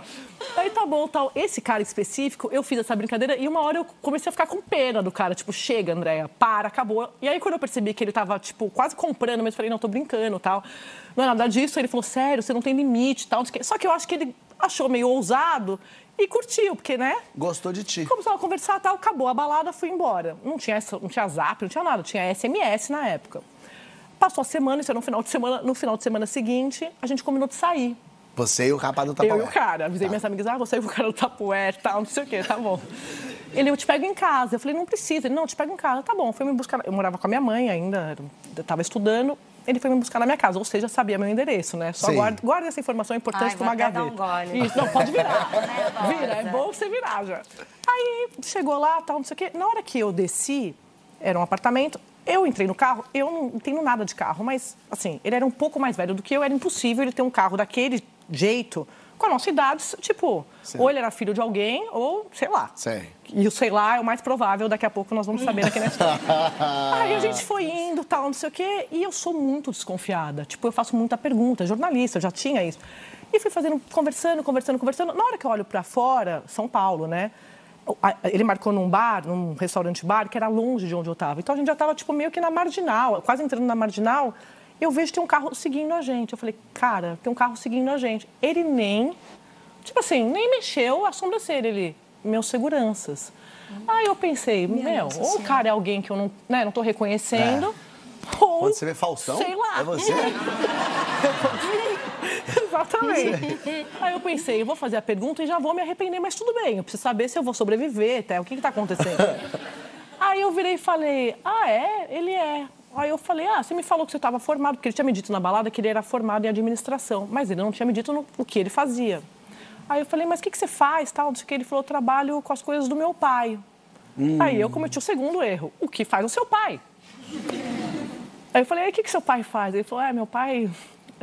Speaker 6: Aí tá bom, tal. Esse cara específico, eu fiz essa brincadeira e uma hora eu comecei a ficar com pena do cara. Tipo, chega, Andréia, para, acabou. E aí quando eu percebi que ele tava, tipo, quase comprando, mas eu falei, não, tô brincando, tal. Não é nada disso. Ele falou, sério, você não tem limite, tal. não sei o quê. Só que eu acho que ele achou meio ousado e curtiu, porque, né?
Speaker 2: Gostou de ti.
Speaker 6: Começava a conversar, tal, acabou a balada, fui embora. Não tinha, essa- não tinha zap, não tinha nada, tinha SMS na época. Passou a semana, isso era no final de semana. No final de semana seguinte, a gente combinou de sair.
Speaker 2: Você e o rapaz
Speaker 3: tá
Speaker 2: do Tapoé.
Speaker 6: Eu e o cara. Avisei minhas amigas, ah, vou sair com o cara do Tapué, tal, não sei o quê, tá bom. Ele, eu te pego em casa. Eu falei, não precisa. Ele, não, eu te pego em casa. Tá bom, foi me buscar. Eu morava com a minha mãe ainda, era- eu tava estudando. Ele foi me buscar na minha casa, ou seja, sabia meu endereço, né? Só
Speaker 2: Sim.
Speaker 6: guarda, guarda essa informação é
Speaker 4: Ai,
Speaker 6: importante pra
Speaker 4: vou
Speaker 6: uma
Speaker 4: até
Speaker 6: gaveta.
Speaker 4: dar um gole. Né,
Speaker 6: Isso, não, pode virar.
Speaker 4: Nervosa.
Speaker 6: Vira, é bom você virar já. Aí chegou lá, tal, não sei o quê. Na hora que eu desci, era um apartamento, eu entrei no carro, eu não entendo nada de carro, mas assim, ele era um pouco mais velho do que eu, era impossível ele ter um carro daquele jeito, com a nossa idade, tipo, ou ele era filho de alguém, ou sei lá.
Speaker 2: Sei.
Speaker 6: E o sei lá é o mais provável, daqui a pouco nós vamos saber aqui na história. Aí a gente foi indo, tal, não sei o quê, e eu sou muito desconfiada. Tipo, eu faço muita pergunta, jornalista, eu já tinha isso. E fui fazendo, conversando, conversando, conversando. Na hora que eu olho pra fora, São Paulo, né? o- a- Ele marcou num bar, num restaurante-bar, que era longe de onde eu tava. Então a gente já tava, tipo, meio que na marginal, quase entrando na marginal. Eu vejo que tem um carro seguindo a gente. Eu falei, cara, tem um carro seguindo a gente. Ele nem Tipo assim, nem mexeu a sobrancelha ali. Meus seguranças.
Speaker 2: Hum.
Speaker 6: Aí eu pensei, meu,
Speaker 5: Nossa
Speaker 6: ou o cara é alguém que eu não, né, não tô reconhecendo, ou...
Speaker 2: É. Quando você vê Faustão,
Speaker 6: Sei lá.
Speaker 2: é você?
Speaker 6: Exatamente. Aí eu pensei, eu vou fazer a pergunta e já vou me arrepender, mas tudo bem, eu preciso saber se eu vou sobreviver, tá? o que que tá acontecendo. Aí eu virei e falei, ah, é? Ele é. Aí eu falei, ah, você me falou que você estava formado, porque ele tinha me dito na balada que ele era formado em administração, mas ele não tinha me dito no- o que ele fazia. Aí eu falei, mas o que, que você faz, tal, não sei o que. Ele falou, eu trabalho com as coisas do meu pai. Aí eu cometi o segundo erro, o que faz o seu pai. Aí eu falei, "Aí, o que, que seu pai faz? Ele falou, é, meu pai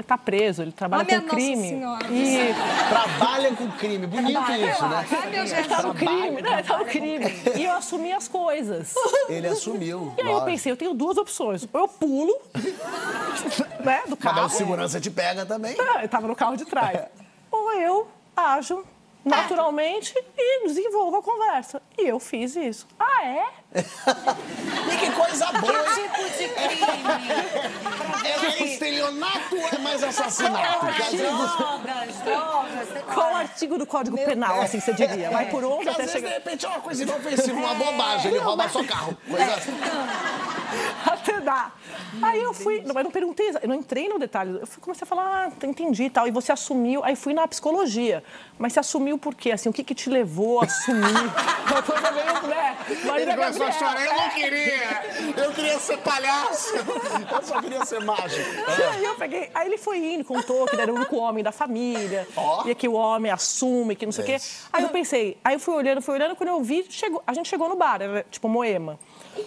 Speaker 6: tá preso, ele trabalha
Speaker 5: Ah, minha
Speaker 6: com
Speaker 5: Nossa
Speaker 6: crime.
Speaker 5: Senhora.
Speaker 6: E
Speaker 3: Trabalham com crime. Bonito isso, né?
Speaker 5: Ai, meu Jesus.
Speaker 6: tá no crime, né? Tá no crime. E eu assumi as coisas.
Speaker 3: Ele assumiu.
Speaker 6: E aí eu
Speaker 3: lógico.
Speaker 6: pensei, eu tenho duas opções. Ou eu pulo, né, do
Speaker 3: Mas o
Speaker 6: carro.
Speaker 3: um segurança te pega também.
Speaker 6: Ah, Eu tava no carro de trás.
Speaker 3: É.
Speaker 6: Ou eu ajo naturalmente e desenvolvo a conversa. E eu fiz isso. Ah, é?
Speaker 3: E que coisa boa, hein?
Speaker 4: Tipo de crime.
Speaker 6: um
Speaker 3: É estelionato ou é mais assassinato? Quer dizer,
Speaker 4: drogas, drogas. sei lá.
Speaker 6: Qual o artigo do Código Penal, assim você diria? Vai por onde
Speaker 3: Porque às
Speaker 6: até
Speaker 3: vezes, de
Speaker 6: chegar.
Speaker 3: repente, é uma coisa inofensiva, uma bobagem. Ele rouba seu carro.
Speaker 6: é.
Speaker 3: Coisa assim.
Speaker 6: Até dá. Aí eu fui. Não, mas não perguntei, exa- eu não entrei no detalhe. Eu fui- comecei a falar, ah, entendi e tal. E você assumiu. Aí fui na psicologia. Mas você assumiu por quê? Assim, o que, que te levou a assumir? Uma coisa meio, né? Marília Gabriela.
Speaker 3: eu não queria. Eu queria ser palhaço. Eu só queria ser mágico.
Speaker 6: Aí eu peguei. Aí ele foi indo, contou que ele era o único homem da família.
Speaker 3: Ó.
Speaker 6: E que o homem assume, que não sei o quê.
Speaker 3: Yes.
Speaker 6: Aí eu pensei, aí eu fui olhando, fui olhando, quando eu vi, chegou, a gente chegou no bar, era tipo Moema.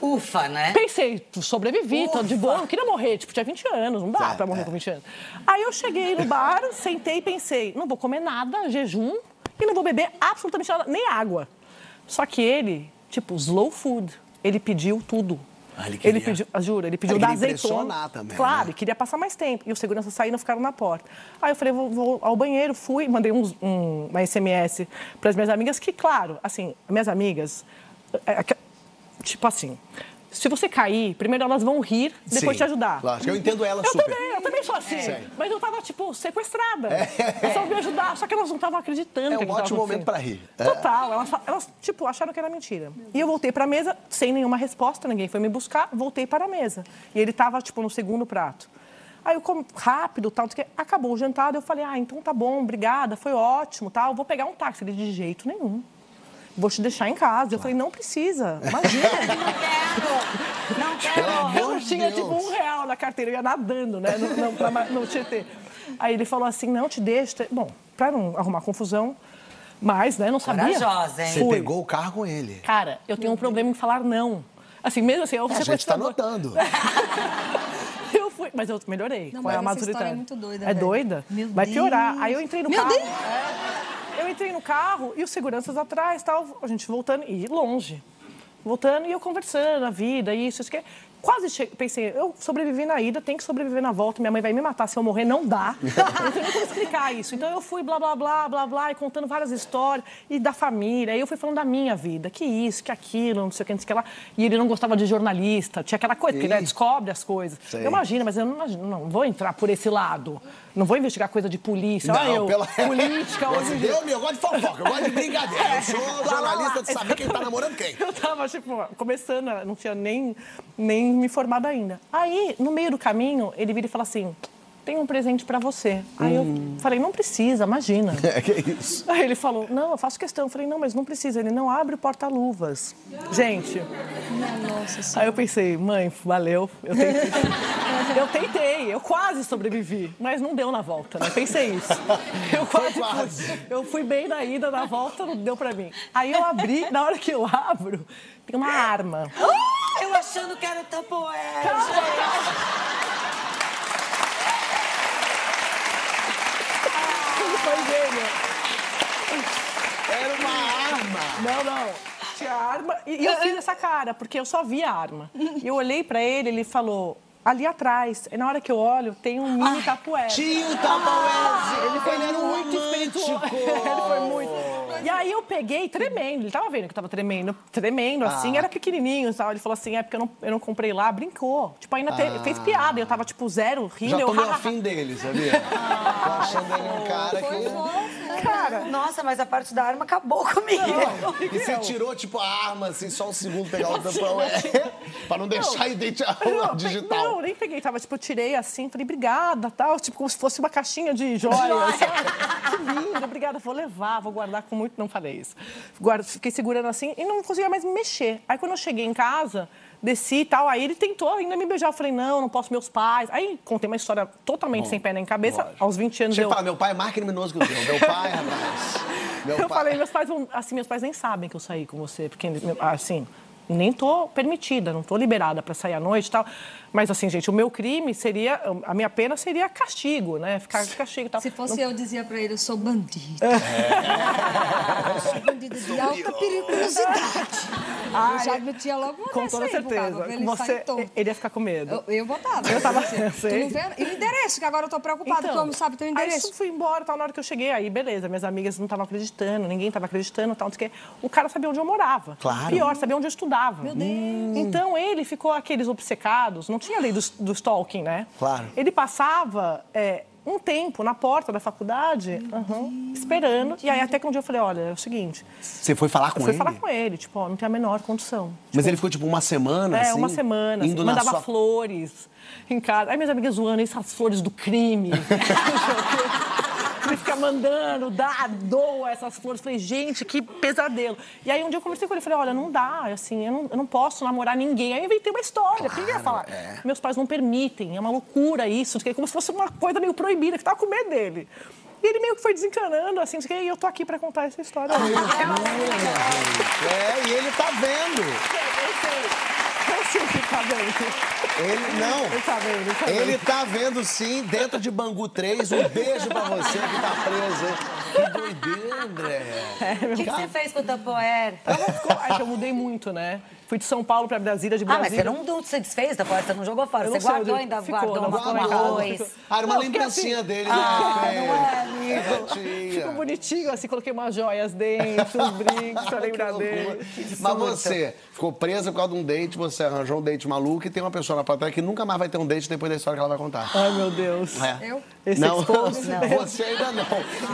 Speaker 4: Ufa, né?
Speaker 6: Pensei, sobrevivi, tô de boa, não queria morrer, tipo, tinha 20 anos, não dá
Speaker 3: Tá,
Speaker 6: pra morrer
Speaker 3: é.
Speaker 6: com 20 anos. Aí eu cheguei no bar, sentei e pensei, não vou comer nada, jejum, e não vou beber absolutamente nada, nem água. Só que ele, tipo, slow food, ele pediu tudo.
Speaker 3: Ah, ele queria-
Speaker 6: ele pediu, ah, juro, ele pediu
Speaker 3: Ele
Speaker 6: da
Speaker 3: queria
Speaker 6: azeitona.
Speaker 3: impressionar também,
Speaker 6: claro,
Speaker 3: né?
Speaker 6: e queria passar mais tempo. E os seguranças saíram e ficaram na porta. Aí eu falei, vou, vou ao banheiro, fui, mandei uns- um, uma SMS para as minhas amigas, que, claro, assim, minhas amigas, é, é que- tipo assim, se você cair, primeiro elas vão rir, depois
Speaker 3: Sim,
Speaker 6: te ajudar.
Speaker 3: lógico, eu entendo ela
Speaker 6: Eu
Speaker 3: super.
Speaker 6: também, eu também sou assim.
Speaker 3: Sim.
Speaker 6: Mas eu tava, tipo, sequestrada. Elas só me ajudar, só que elas não estavam acreditando.
Speaker 3: É
Speaker 6: que
Speaker 3: um
Speaker 6: aquilo tava
Speaker 3: ótimo momento
Speaker 6: acontecendo.
Speaker 3: pra rir. É.
Speaker 6: Total. Elas, fa- elas, tipo, acharam que era mentira. E eu voltei pra mesa sem nenhuma resposta, ninguém foi me buscar, voltei para a mesa. E ele tava, tipo, no segundo prato. Aí eu como rápido, tal, não sei o quê. acabou o jantar, eu falei, ah, então tá bom, obrigada, foi ótimo, tal, vou pegar um táxi. Ele, de jeito nenhum. Vou te deixar em casa. Eu falei, não precisa, imagina.
Speaker 4: Não
Speaker 3: Ela-
Speaker 4: quero.
Speaker 3: Meu
Speaker 6: Eu tinha
Speaker 3: Deus.
Speaker 6: tipo um real na carteira, eu ia nadando, né, no, no, na ma- no Tietê. Aí ele falou assim: não, te deixo. te- Bom, pra não arrumar confusão, mas, né, não sabia.
Speaker 4: Corajosa, hein?
Speaker 3: Você pegou o carro com ele.
Speaker 6: Cara, eu tenho um problema em falar não. Assim, mesmo assim, eu
Speaker 3: A gente tá notando.
Speaker 6: Eu fui, mas eu melhorei.
Speaker 5: Não,
Speaker 6: com a
Speaker 5: mas essa
Speaker 6: maturidade.
Speaker 5: história é muito doida,
Speaker 6: É
Speaker 5: velho.
Speaker 6: doida?
Speaker 5: Meu
Speaker 6: Vai
Speaker 5: Deus.
Speaker 6: piorar. Aí eu entrei no
Speaker 5: Meu
Speaker 6: carro.
Speaker 5: Deus.
Speaker 6: É. Eu entrei no carro e os seguranças atrás, tal, a gente voltando e longe. Voltando e eu conversando, a vida, isso, isso que Quase che... pensei, eu sobrevivi na ida, tem que sobreviver na volta, minha mãe vai me matar, se eu morrer não dá. não tem nem como explicar isso. Então eu fui blá, blá, blá, blá, blá, e contando várias histórias, e da família, aí eu fui falando da minha vida, que isso, que aquilo, não sei o que, não sei o que lá. E ele não gostava de jornalista, tinha aquela coisa, porque ele
Speaker 3: Ih.
Speaker 6: descobre as coisas.
Speaker 3: Sei.
Speaker 6: Eu imagino, mas eu não, imagino, não vou entrar por esse lado. Não vou investigar coisa de polícia. Olha eu, política, hoje
Speaker 3: Gosto
Speaker 6: em
Speaker 3: de,
Speaker 6: dia.
Speaker 3: eu, meu, eu gosto de fofoca, eu gosto de brincadeira. Eu sou jornalista de saber quem tá namorando quem.
Speaker 6: Eu tava, tipo, começando, não tinha nem, nem me formado ainda. Aí, no meio do caminho, ele vira e fala assim: tem um presente pra você. Aí eu falei: não precisa, imagina.
Speaker 3: Hum. É, que isso.
Speaker 6: Aí ele falou, não, eu faço questão. Eu falei, não, mas não precisa. Ele não abre o porta-luvas. Gente. Aí eu pensei, mãe, valeu. Eu tentei, eu tentei, eu quase sobrevivi, mas não deu na volta, né? Pensei isso. Eu quase, fui.
Speaker 3: quase.
Speaker 6: Eu fui bem na ida, na volta não deu pra mim. Aí eu abri, na hora que eu abro, tem uma arma.
Speaker 4: Eu achando que era tapoé.
Speaker 6: Ele foi gênio.
Speaker 3: Era uma arma.
Speaker 6: Não, não. Tinha arma. E, e eu fiz essa cara, porque eu só vi a arma. E eu olhei pra ele, ele falou, ali atrás. E na hora que eu olho, tem um mini capoeira.
Speaker 3: Tio Tabaese.
Speaker 6: Ah, Ele foi
Speaker 3: era um
Speaker 6: muito espiritual.
Speaker 3: romântico.
Speaker 6: Ele foi muito. E aí eu peguei tremendo. Ele tava vendo que eu tava tremendo, tremendo assim, era pequenininho e tal. Ele falou assim: é porque eu não, eu não comprei lá, brincou. Tipo, ainda te- fez piada. Eu tava tipo zero, rindo.
Speaker 3: Já
Speaker 6: eu
Speaker 3: tomei afim dele, sabia? Tô achando ele um cara que...
Speaker 7: Cara, nossa, mas a parte da arma acabou comigo.
Speaker 3: E você tirou, tipo, a arma, assim, só um segundo pegar o tampão. É, pra não deixar
Speaker 6: Não,
Speaker 3: identidade
Speaker 6: pe-
Speaker 3: digital.
Speaker 6: Não, nem peguei. Tava, tipo, eu tirei assim, falei, obrigada, tal. Tipo, como se fosse uma caixinha de joias. que lindo, obrigada. Vou levar, vou guardar com muito... Não falei isso. Guarda, fiquei segurando assim e não conseguia mais me mexer. Aí, quando eu cheguei em casa, desci e tal. Aí, ele tentou ainda me beijar. Eu falei, não, não posso, meus pais. Aí, contei uma história totalmente sem pé nem cabeça. Aos 20 anos,
Speaker 3: Chega e
Speaker 6: eu...
Speaker 3: fala, meu pai é mais criminoso que o seu. Meu pai, rapaz. Meu
Speaker 6: eu
Speaker 3: pai-
Speaker 6: falei, meus pais vão. Assim, meus pais nem sabem que eu saí com você, porque meu- assim. Nem tô permitida, não tô liberada para sair à noite e tal. Mas assim, gente, o meu crime seria. A minha pena seria castigo, né? Ficar de castigo e tal.
Speaker 5: Se fosse eu, dizia pra ele, eu sou bandido.
Speaker 6: É.
Speaker 5: Eu sou bandido de alta periculosidade. eu já metia logo uma
Speaker 6: Ah, é. Com
Speaker 5: dessa
Speaker 6: toda
Speaker 5: aí,
Speaker 6: certeza.
Speaker 5: Bucava, pra ele
Speaker 6: você,
Speaker 5: sair todo.
Speaker 6: ele ia ficar com medo.
Speaker 5: Eu, eu botava.
Speaker 6: Eu tava-
Speaker 5: Assim,
Speaker 6: eu
Speaker 5: tu
Speaker 6: sei.
Speaker 5: não vê? E o endereço, que agora eu tô preocupada, tu não sabe o teu
Speaker 6: Então, Aí
Speaker 5: endereço.
Speaker 6: isso, fui embora, tal, na hora que eu cheguei, aí beleza, minhas amigas não estavam acreditando, ninguém estava acreditando, tal, não sei o quê. O cara sabia onde eu morava.
Speaker 3: Claro.
Speaker 6: Pior, sabia onde eu estudava. Meu Deus. Então ele ficou aqueles obcecados, não tinha lei do, do stalking, né?
Speaker 3: Claro.
Speaker 6: Ele passava é, um tempo na porta da faculdade, aham, esperando, e aí até que um dia eu falei, olha, é o seguinte,
Speaker 3: Você foi falar com
Speaker 6: eu fui
Speaker 3: ele?
Speaker 6: falar com ele, tipo, ó, não tem a menor condição.
Speaker 3: Mas ele ficou tipo uma semana,
Speaker 6: É,
Speaker 3: assim?
Speaker 6: uma semana. assim,
Speaker 3: Indo na
Speaker 6: mandava
Speaker 3: sua...
Speaker 6: flores em casa. Aí minhas amigas zoando, essas flores do crime. Não sei o quê. Ele fica mandando, dá, doa essas flores. Falei, gente, que pesadelo. E aí um dia eu conversei com ele, falei, olha, não dá, assim, eu não, eu não posso namorar ninguém. Aí eu inventei uma história, porque ele ia falar. Meus pais não permitem, é uma loucura isso. que é Como se fosse uma coisa meio proibida, que tava com medo dele. E ele meio que foi desencanando, assim, não sei o quê, e eu tô aqui pra contar essa
Speaker 3: Ah,
Speaker 6: história.
Speaker 3: É, e ele tá vendo.
Speaker 6: Eu sei que tá vendo.
Speaker 3: Ele não.
Speaker 6: Ele tá vendo, ele tá vendo.
Speaker 3: Ele tá vendo sim, dentro de Bangu 3. Um beijo pra você que tá preso aí. Que doideira, André.
Speaker 8: O que, que você fez com o Tupperware?
Speaker 6: Ela ficou- Ai, que eu mudei muito, né? Fui de São Paulo pra Brasília, de
Speaker 4: Ah, mas
Speaker 6: Brasília.
Speaker 4: você não não se desfez da porta, você não jogou fora.
Speaker 6: Eu
Speaker 4: Você
Speaker 6: não sei
Speaker 4: guardou
Speaker 6: onde
Speaker 4: ainda,
Speaker 6: ficou,
Speaker 4: guardou
Speaker 6: não,
Speaker 4: uma
Speaker 6: ficou na
Speaker 4: coisa,
Speaker 6: casa,
Speaker 4: dois.
Speaker 6: ficou-
Speaker 3: Ah, era uma
Speaker 6: Não, porque
Speaker 3: lembrancinha
Speaker 6: assim-
Speaker 3: dele.
Speaker 4: Ah,
Speaker 3: né?
Speaker 4: não é, amigo.
Speaker 3: Gatinha.
Speaker 6: Ficou bonitinho, assim, coloquei umas joias dentro, uns brincos pra lembrar dele.
Speaker 3: Mas você ficou presa por causa de um date, você arranjou um date maluco e tem uma pessoa na plateia que nunca mais vai ter um date depois da história que ela vai contar.
Speaker 6: Ai, meu Deus.
Speaker 3: É.
Speaker 5: Eu?
Speaker 6: Esse
Speaker 3: não,
Speaker 6: expose, né?
Speaker 3: você ainda não.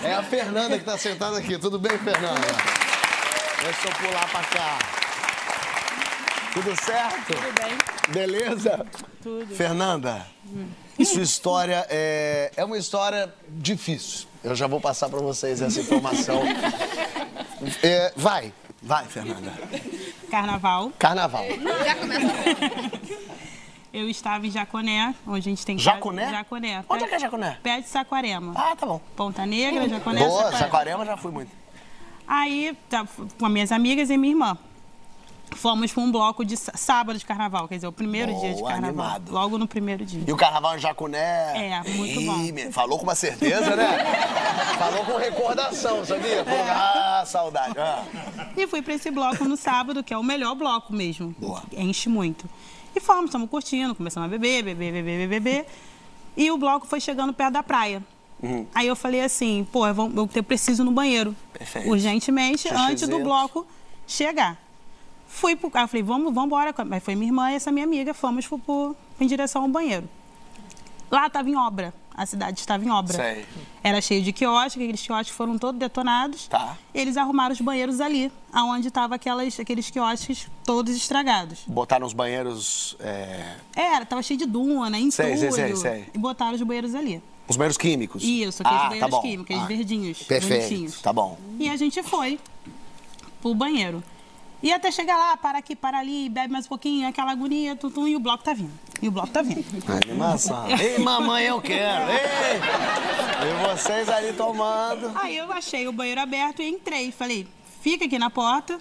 Speaker 3: É a Fernanda que tá sentada aqui. Tudo bem, Fernanda? Deixa eu pular pra cá. Tudo certo? Tudo bem. Beleza? Tudo. Hum. Fernanda, sua história é, é uma história difícil. Eu já vou passar pra vocês essa informação. É, vai, vai, Fernanda.
Speaker 9: Carnaval.
Speaker 3: Carnaval.
Speaker 9: Eu estava em Jaconé, onde a gente tem
Speaker 3: Jaconé?
Speaker 9: Jaconé.
Speaker 3: Onde é que é Jaconé?
Speaker 9: Pé de Saquarema.
Speaker 3: Ah, tá bom.
Speaker 9: Ponta Negra, Jaconé,
Speaker 3: Boa,
Speaker 9: Saquarema.
Speaker 3: Saquarema já fui muito.
Speaker 9: Aí, tá, f- com as minhas amigas e minha irmã. Fomos para um bloco de sá- sábado de carnaval, quer dizer, o primeiro dia de
Speaker 3: Boa,
Speaker 9: carnaval.
Speaker 3: animado.
Speaker 9: Logo no primeiro dia.
Speaker 3: E o carnaval em Jacuné.
Speaker 9: É, muito
Speaker 3: Ih,
Speaker 9: bom.
Speaker 3: me- Falou com uma certeza, né? falou com recordação, sabia? Falou, Ah, saudade. Ah.
Speaker 9: E fui pra esse bloco no sábado, que é o melhor bloco mesmo.
Speaker 3: Boa.
Speaker 9: Enche muito. E fomos, estamos curtindo, começamos a beber, beber, beber, beber, beber. E o bloco foi chegando perto da praia.
Speaker 3: Uhum.
Speaker 9: Aí eu falei assim, pô, eu, vou- eu te- preciso ir no banheiro.
Speaker 3: Perfeito. Tá
Speaker 9: Urgentemente,
Speaker 3: Xixizento.
Speaker 9: antes do bloco chegar. Fui pro. Aí eu falei, vamos, vamos embora. Mas foi minha irmã e essa minha amiga, fomos pro- pro- em direção ao banheiro. Lá estava em obra. A cidade estava em obra.
Speaker 3: Sei.
Speaker 9: Era cheio de quiosques, aqueles quiosques foram todos detonados.
Speaker 3: Tá.
Speaker 9: Eles arrumaram os banheiros ali, aonde estavam aqueles quiosques todos estragados.
Speaker 3: Botar nos banheiros. é,
Speaker 9: Era, tava cheio de duna, entulho.
Speaker 3: Sei, sei, sei, sei.
Speaker 9: E botaram os banheiros ali.
Speaker 3: os banheiros químicos.
Speaker 9: Isso, aqueles
Speaker 3: ah, tá
Speaker 9: banheiros
Speaker 3: bom.
Speaker 9: químicos, aqueles
Speaker 3: Ah.
Speaker 9: verdinhos,
Speaker 3: Perfeito.
Speaker 9: bonitinhos.
Speaker 3: Tá bom.
Speaker 9: E a gente foi pro banheiro. E até chegar lá, para aqui, para ali, bebe mais um pouquinho, aquela agonia, tutum, e o bloco tá vindo. E o bloco tá vindo.
Speaker 3: Animação. Ei, mamãe, eu quero. Ei! E vocês ali tomando.
Speaker 9: Aí eu achei o banheiro aberto e entrei. Falei, fica aqui na porta,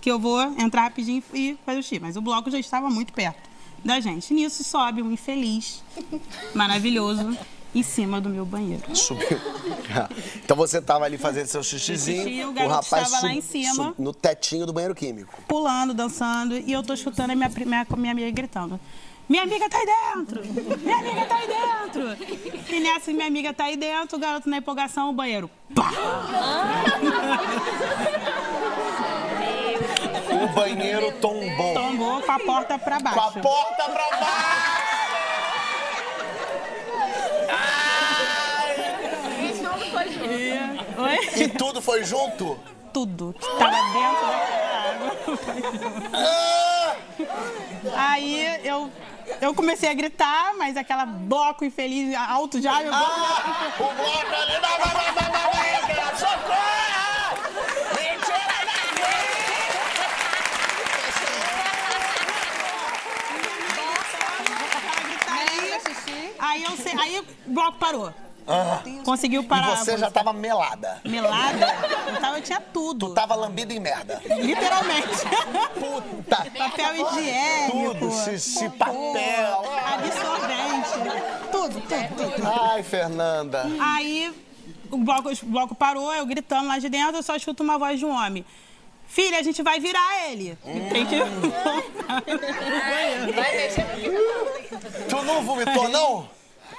Speaker 9: que eu vou entrar rapidinho e fazer o xixi. Mas o bloco já estava muito perto da gente. Nisso sobe um infeliz, maravilhoso, em cima do meu banheiro.
Speaker 3: Subiu. Então você tava ali fazendo seu
Speaker 9: O xixi,
Speaker 3: xixizinho.
Speaker 9: o garoto
Speaker 3: rapaz
Speaker 9: estava lá
Speaker 3: sub-
Speaker 9: em cima.
Speaker 3: sub- no tetinho do banheiro químico.
Speaker 9: Pulando, dançando, e eu tô escutando a minha, pri- minha, minha amiga gritando. Minha amiga tá aí dentro! Minha amiga tá aí dentro! E nessa minha amiga tá aí dentro, o garoto na empolgação, o banheiro.
Speaker 3: O banheiro tombou.
Speaker 9: Tombou com a porta pra baixo.
Speaker 3: Com a porta pra baixo!
Speaker 9: Oi?
Speaker 3: E tudo foi junto?
Speaker 9: tudo que estava dentro daquela
Speaker 3: Ah!
Speaker 9: água. Aí eu, eu comecei a gritar, mas aquela bloco infeliz alto já. Eu...
Speaker 3: Ah, o bloco ali. Vai, vai, vai, vai, vai, vai, cara. Socorro! Mentira da vida!
Speaker 9: Aquela gritaria.
Speaker 5: Lembra, Xixi?
Speaker 3: Ah,
Speaker 9: Aí eu sei, aí o bloco parou. Conseguiu parar.
Speaker 3: Ah. e você
Speaker 9: a
Speaker 3: já
Speaker 9: música.
Speaker 3: tava melada.
Speaker 9: melada. Eu, tava, eu tinha tudo.
Speaker 3: Tu tá- tava lambida em merda.
Speaker 9: Literalmente.
Speaker 3: Puta,
Speaker 9: Papel higiênico.
Speaker 3: tudo, xixi, papel. É,
Speaker 9: Absorvente. Tudo, tudo, tudo.
Speaker 3: Ai, Fernanda.
Speaker 9: Aí o bloco, o bloco parou, eu gritando lá de dentro, eu só escuto uma voz de um homem. Filha, a gente vai virar ele.
Speaker 3: Hum.
Speaker 9: Tem que.
Speaker 3: Tu não vomitou, não?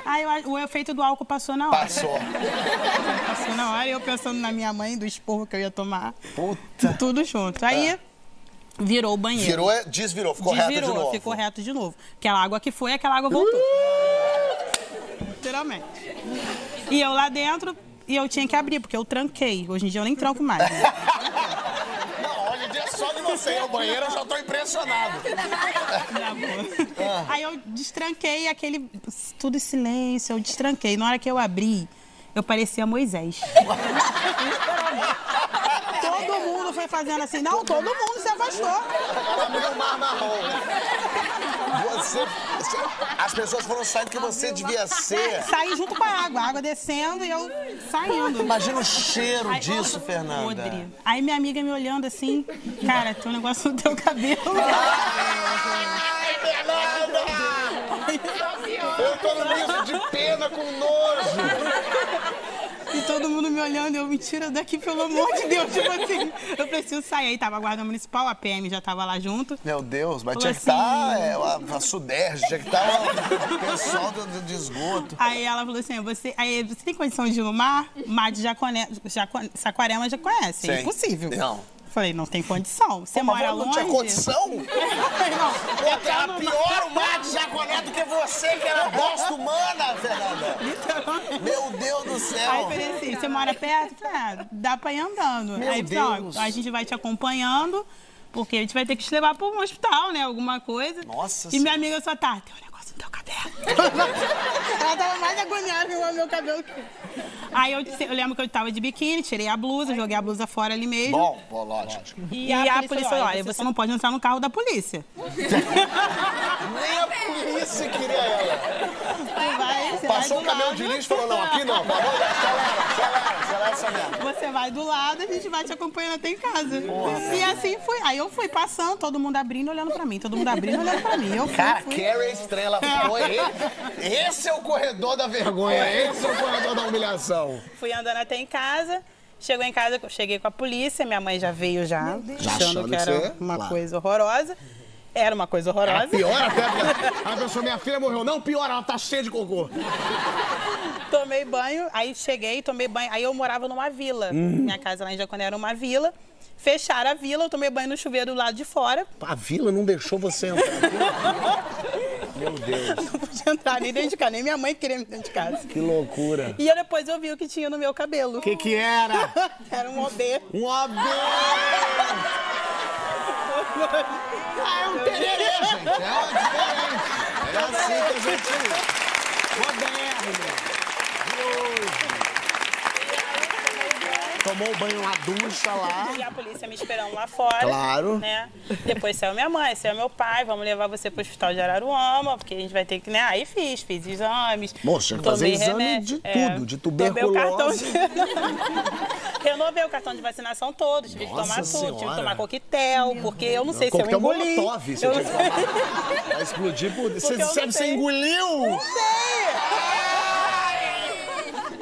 Speaker 9: Aí Ah, eu- o efeito do álcool passou na hora.
Speaker 3: Passou.
Speaker 9: Passou na hora, eu pensando na minha mãe, do esporro que eu ia tomar.
Speaker 3: Puta. É.
Speaker 9: Tudo junto. Aí virou o banheiro.
Speaker 3: Virou, é- desvirou, ficou reto de
Speaker 9: Desvirou,
Speaker 3: novo.
Speaker 9: ficou reto de novo. Aquela água que foi, aquela água voltou. Literalmente. E eu lá dentro, e eu tinha que abrir, porque eu tranquei. Hoje em dia eu nem tranco mais. né?
Speaker 3: Não, hoje em dia é só de você ir ao banheiro eu já tô impressionado.
Speaker 9: Aí eu destranquei aquele. Tudo em silêncio, eu destranquei. Na hora que eu abri, eu parecia Moisés. todo mundo foi fazendo assim. Não, todo mundo se afastou.
Speaker 3: Ela abriu o mar marrom. Você, você- as pessoas foram saindo que você devia ser.
Speaker 9: Saí junto com a água, a água descendo e eu saindo.
Speaker 3: Imagina o cheiro disso, Fernanda.
Speaker 9: Podre. Aí minha amiga me olhando assim, cara, tem um negócio no teu cabelo.
Speaker 3: Ai, Fernanda! Eu tô no livro de pena com nojo.
Speaker 9: E todo mundo me olhando, eu me tira daqui, pelo amor de Deus. Tipo assim, eu preciso sair. Aí tava a guarda municipal, a PM já tava lá junto.
Speaker 3: Meu Deus, mas
Speaker 9: Falou
Speaker 3: tinha que
Speaker 9: assim-
Speaker 3: estar é, a, a Sudeste, tinha que estar o pessoal do, do, de esgoto.
Speaker 9: Aí ela falou assim: você, aí, você tem condição de ir no mar? Mar de Jaconé, Jaco- Saquarema já conhece. É
Speaker 3: Sim.
Speaker 9: impossível.
Speaker 3: Não.
Speaker 9: Eu Falei, não tem condição. Você
Speaker 3: Mas
Speaker 9: mora
Speaker 3: não
Speaker 9: longe.
Speaker 3: tinha condição?
Speaker 9: não,
Speaker 3: Outra, era é pior o mar de Jaconé do que você, que era bosta humana, Fernanda. Meu Deus do
Speaker 9: Aí
Speaker 3: céu.
Speaker 9: eu falei assim, você mora perto? Eu falei, É, dá pra ir andando.
Speaker 3: Meu
Speaker 9: aí eu falei, ó,
Speaker 3: Deus.
Speaker 9: a gente vai te acompanhando, porque a gente vai ter que te levar pra um hospital, né? Alguma coisa.
Speaker 3: Nossa
Speaker 9: E
Speaker 3: Senhora.
Speaker 9: minha amiga só tá, tem um negócio no teu cabelo. Ela tava mais agoniada em olhar meu cabelo que eu. Aí eu, disse- eu lembro que eu tava de biquíni, tirei a blusa, joguei a blusa fora ali mesmo.
Speaker 3: Bom, bom, lógico.
Speaker 9: e, a, polícia, falou, olha, você não pode entrar no carro da polícia.
Speaker 3: Nem a polícia queria ela.
Speaker 9: Você vai, você
Speaker 3: Passou o
Speaker 9: vai do
Speaker 3: caminhão
Speaker 9: lado.
Speaker 3: de lixo e falou, não, aqui não. Por favor, acelera, acelera, acelera essa merda.
Speaker 9: Você vai do lado, a gente vai te acompanhando até em casa. E assim fui. Aí eu fui passando, todo mundo abrindo, olhando pra mim. Todo mundo abrindo, olhando pra mim. Eu fui,
Speaker 3: Cara,
Speaker 9: fui.
Speaker 3: Carrie é Estrela foi ele. Esse é o corredor da vergonha, esse é o corredor da humilhação.
Speaker 9: Fui andando até em casa. Chegou em casa, eu cheguei com a polícia. Minha mãe já veio já,
Speaker 3: Já
Speaker 9: achando
Speaker 3: achando
Speaker 9: que
Speaker 3: que
Speaker 9: era
Speaker 3: você-
Speaker 9: uma
Speaker 3: claro.
Speaker 9: coisa horrorosa. Era uma coisa horrorosa.
Speaker 2: Pior até. porque A pessoa, minha filha morreu. Não, pior, ela tá cheia de cocô.
Speaker 9: Tomei banho, aí cheguei, tomei banho. Aí eu morava numa vila. Minha casa lá em Jaconé era uma vila. Fecharam a vila, eu tomei banho no chuveiro do lado de fora.
Speaker 2: A vila não deixou você entrar.
Speaker 9: Não podia entrar nem dentro de casa, nem minha mãe queria me dentro de casa.
Speaker 2: Que loucura.
Speaker 9: E eu depois eu vi o que tinha no meu cabelo.
Speaker 2: O que, que era?
Speaker 9: Era um OB.
Speaker 2: Um OB! Ah, é um tererê, gente. É diferente. É assim que a gente... Moderno. Tomou o banho na ducha lá.
Speaker 9: E a polícia me esperando lá fora.
Speaker 2: Claro.
Speaker 9: Né? Depois saiu minha mãe, saiu meu pai, vamos levar você pro hospital de Araruama, porque a gente vai ter que. Né? Aí fiz, fiz exames.
Speaker 2: Moça, tinha que
Speaker 9: tomei
Speaker 2: fazer exame
Speaker 9: remédio, é.
Speaker 2: de tudo, de tuberculose.
Speaker 9: Tomei o cartão de... Renovei o cartão de vacinação todo, tive que tomar
Speaker 2: Nossa
Speaker 9: tudo, tive que
Speaker 2: Senhora.
Speaker 9: tomar coquetel, porque eu não sei se eu
Speaker 2: Coquetel
Speaker 9: engoli.
Speaker 2: é Molotov, você
Speaker 9: eu
Speaker 2: tinha
Speaker 9: não
Speaker 2: que
Speaker 9: sei.
Speaker 2: Vai explodir por... Você,
Speaker 9: Porque eu
Speaker 2: sabe,
Speaker 9: não
Speaker 2: você
Speaker 9: sei.
Speaker 2: engoliu!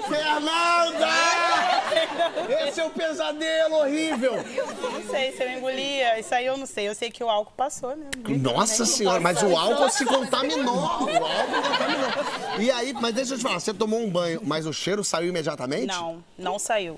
Speaker 2: Fernanda! Esse é um pesadelo horrível!
Speaker 9: Não sei se eu engolia, isso aí eu não sei. Eu sei que o álcool passou, né?
Speaker 2: Nossa senhora, mas o álcool se contaminou. O álcool contaminou. E aí, mas deixa eu te falar, você tomou um banho, mas o cheiro saiu imediatamente?
Speaker 9: Não, não saiu.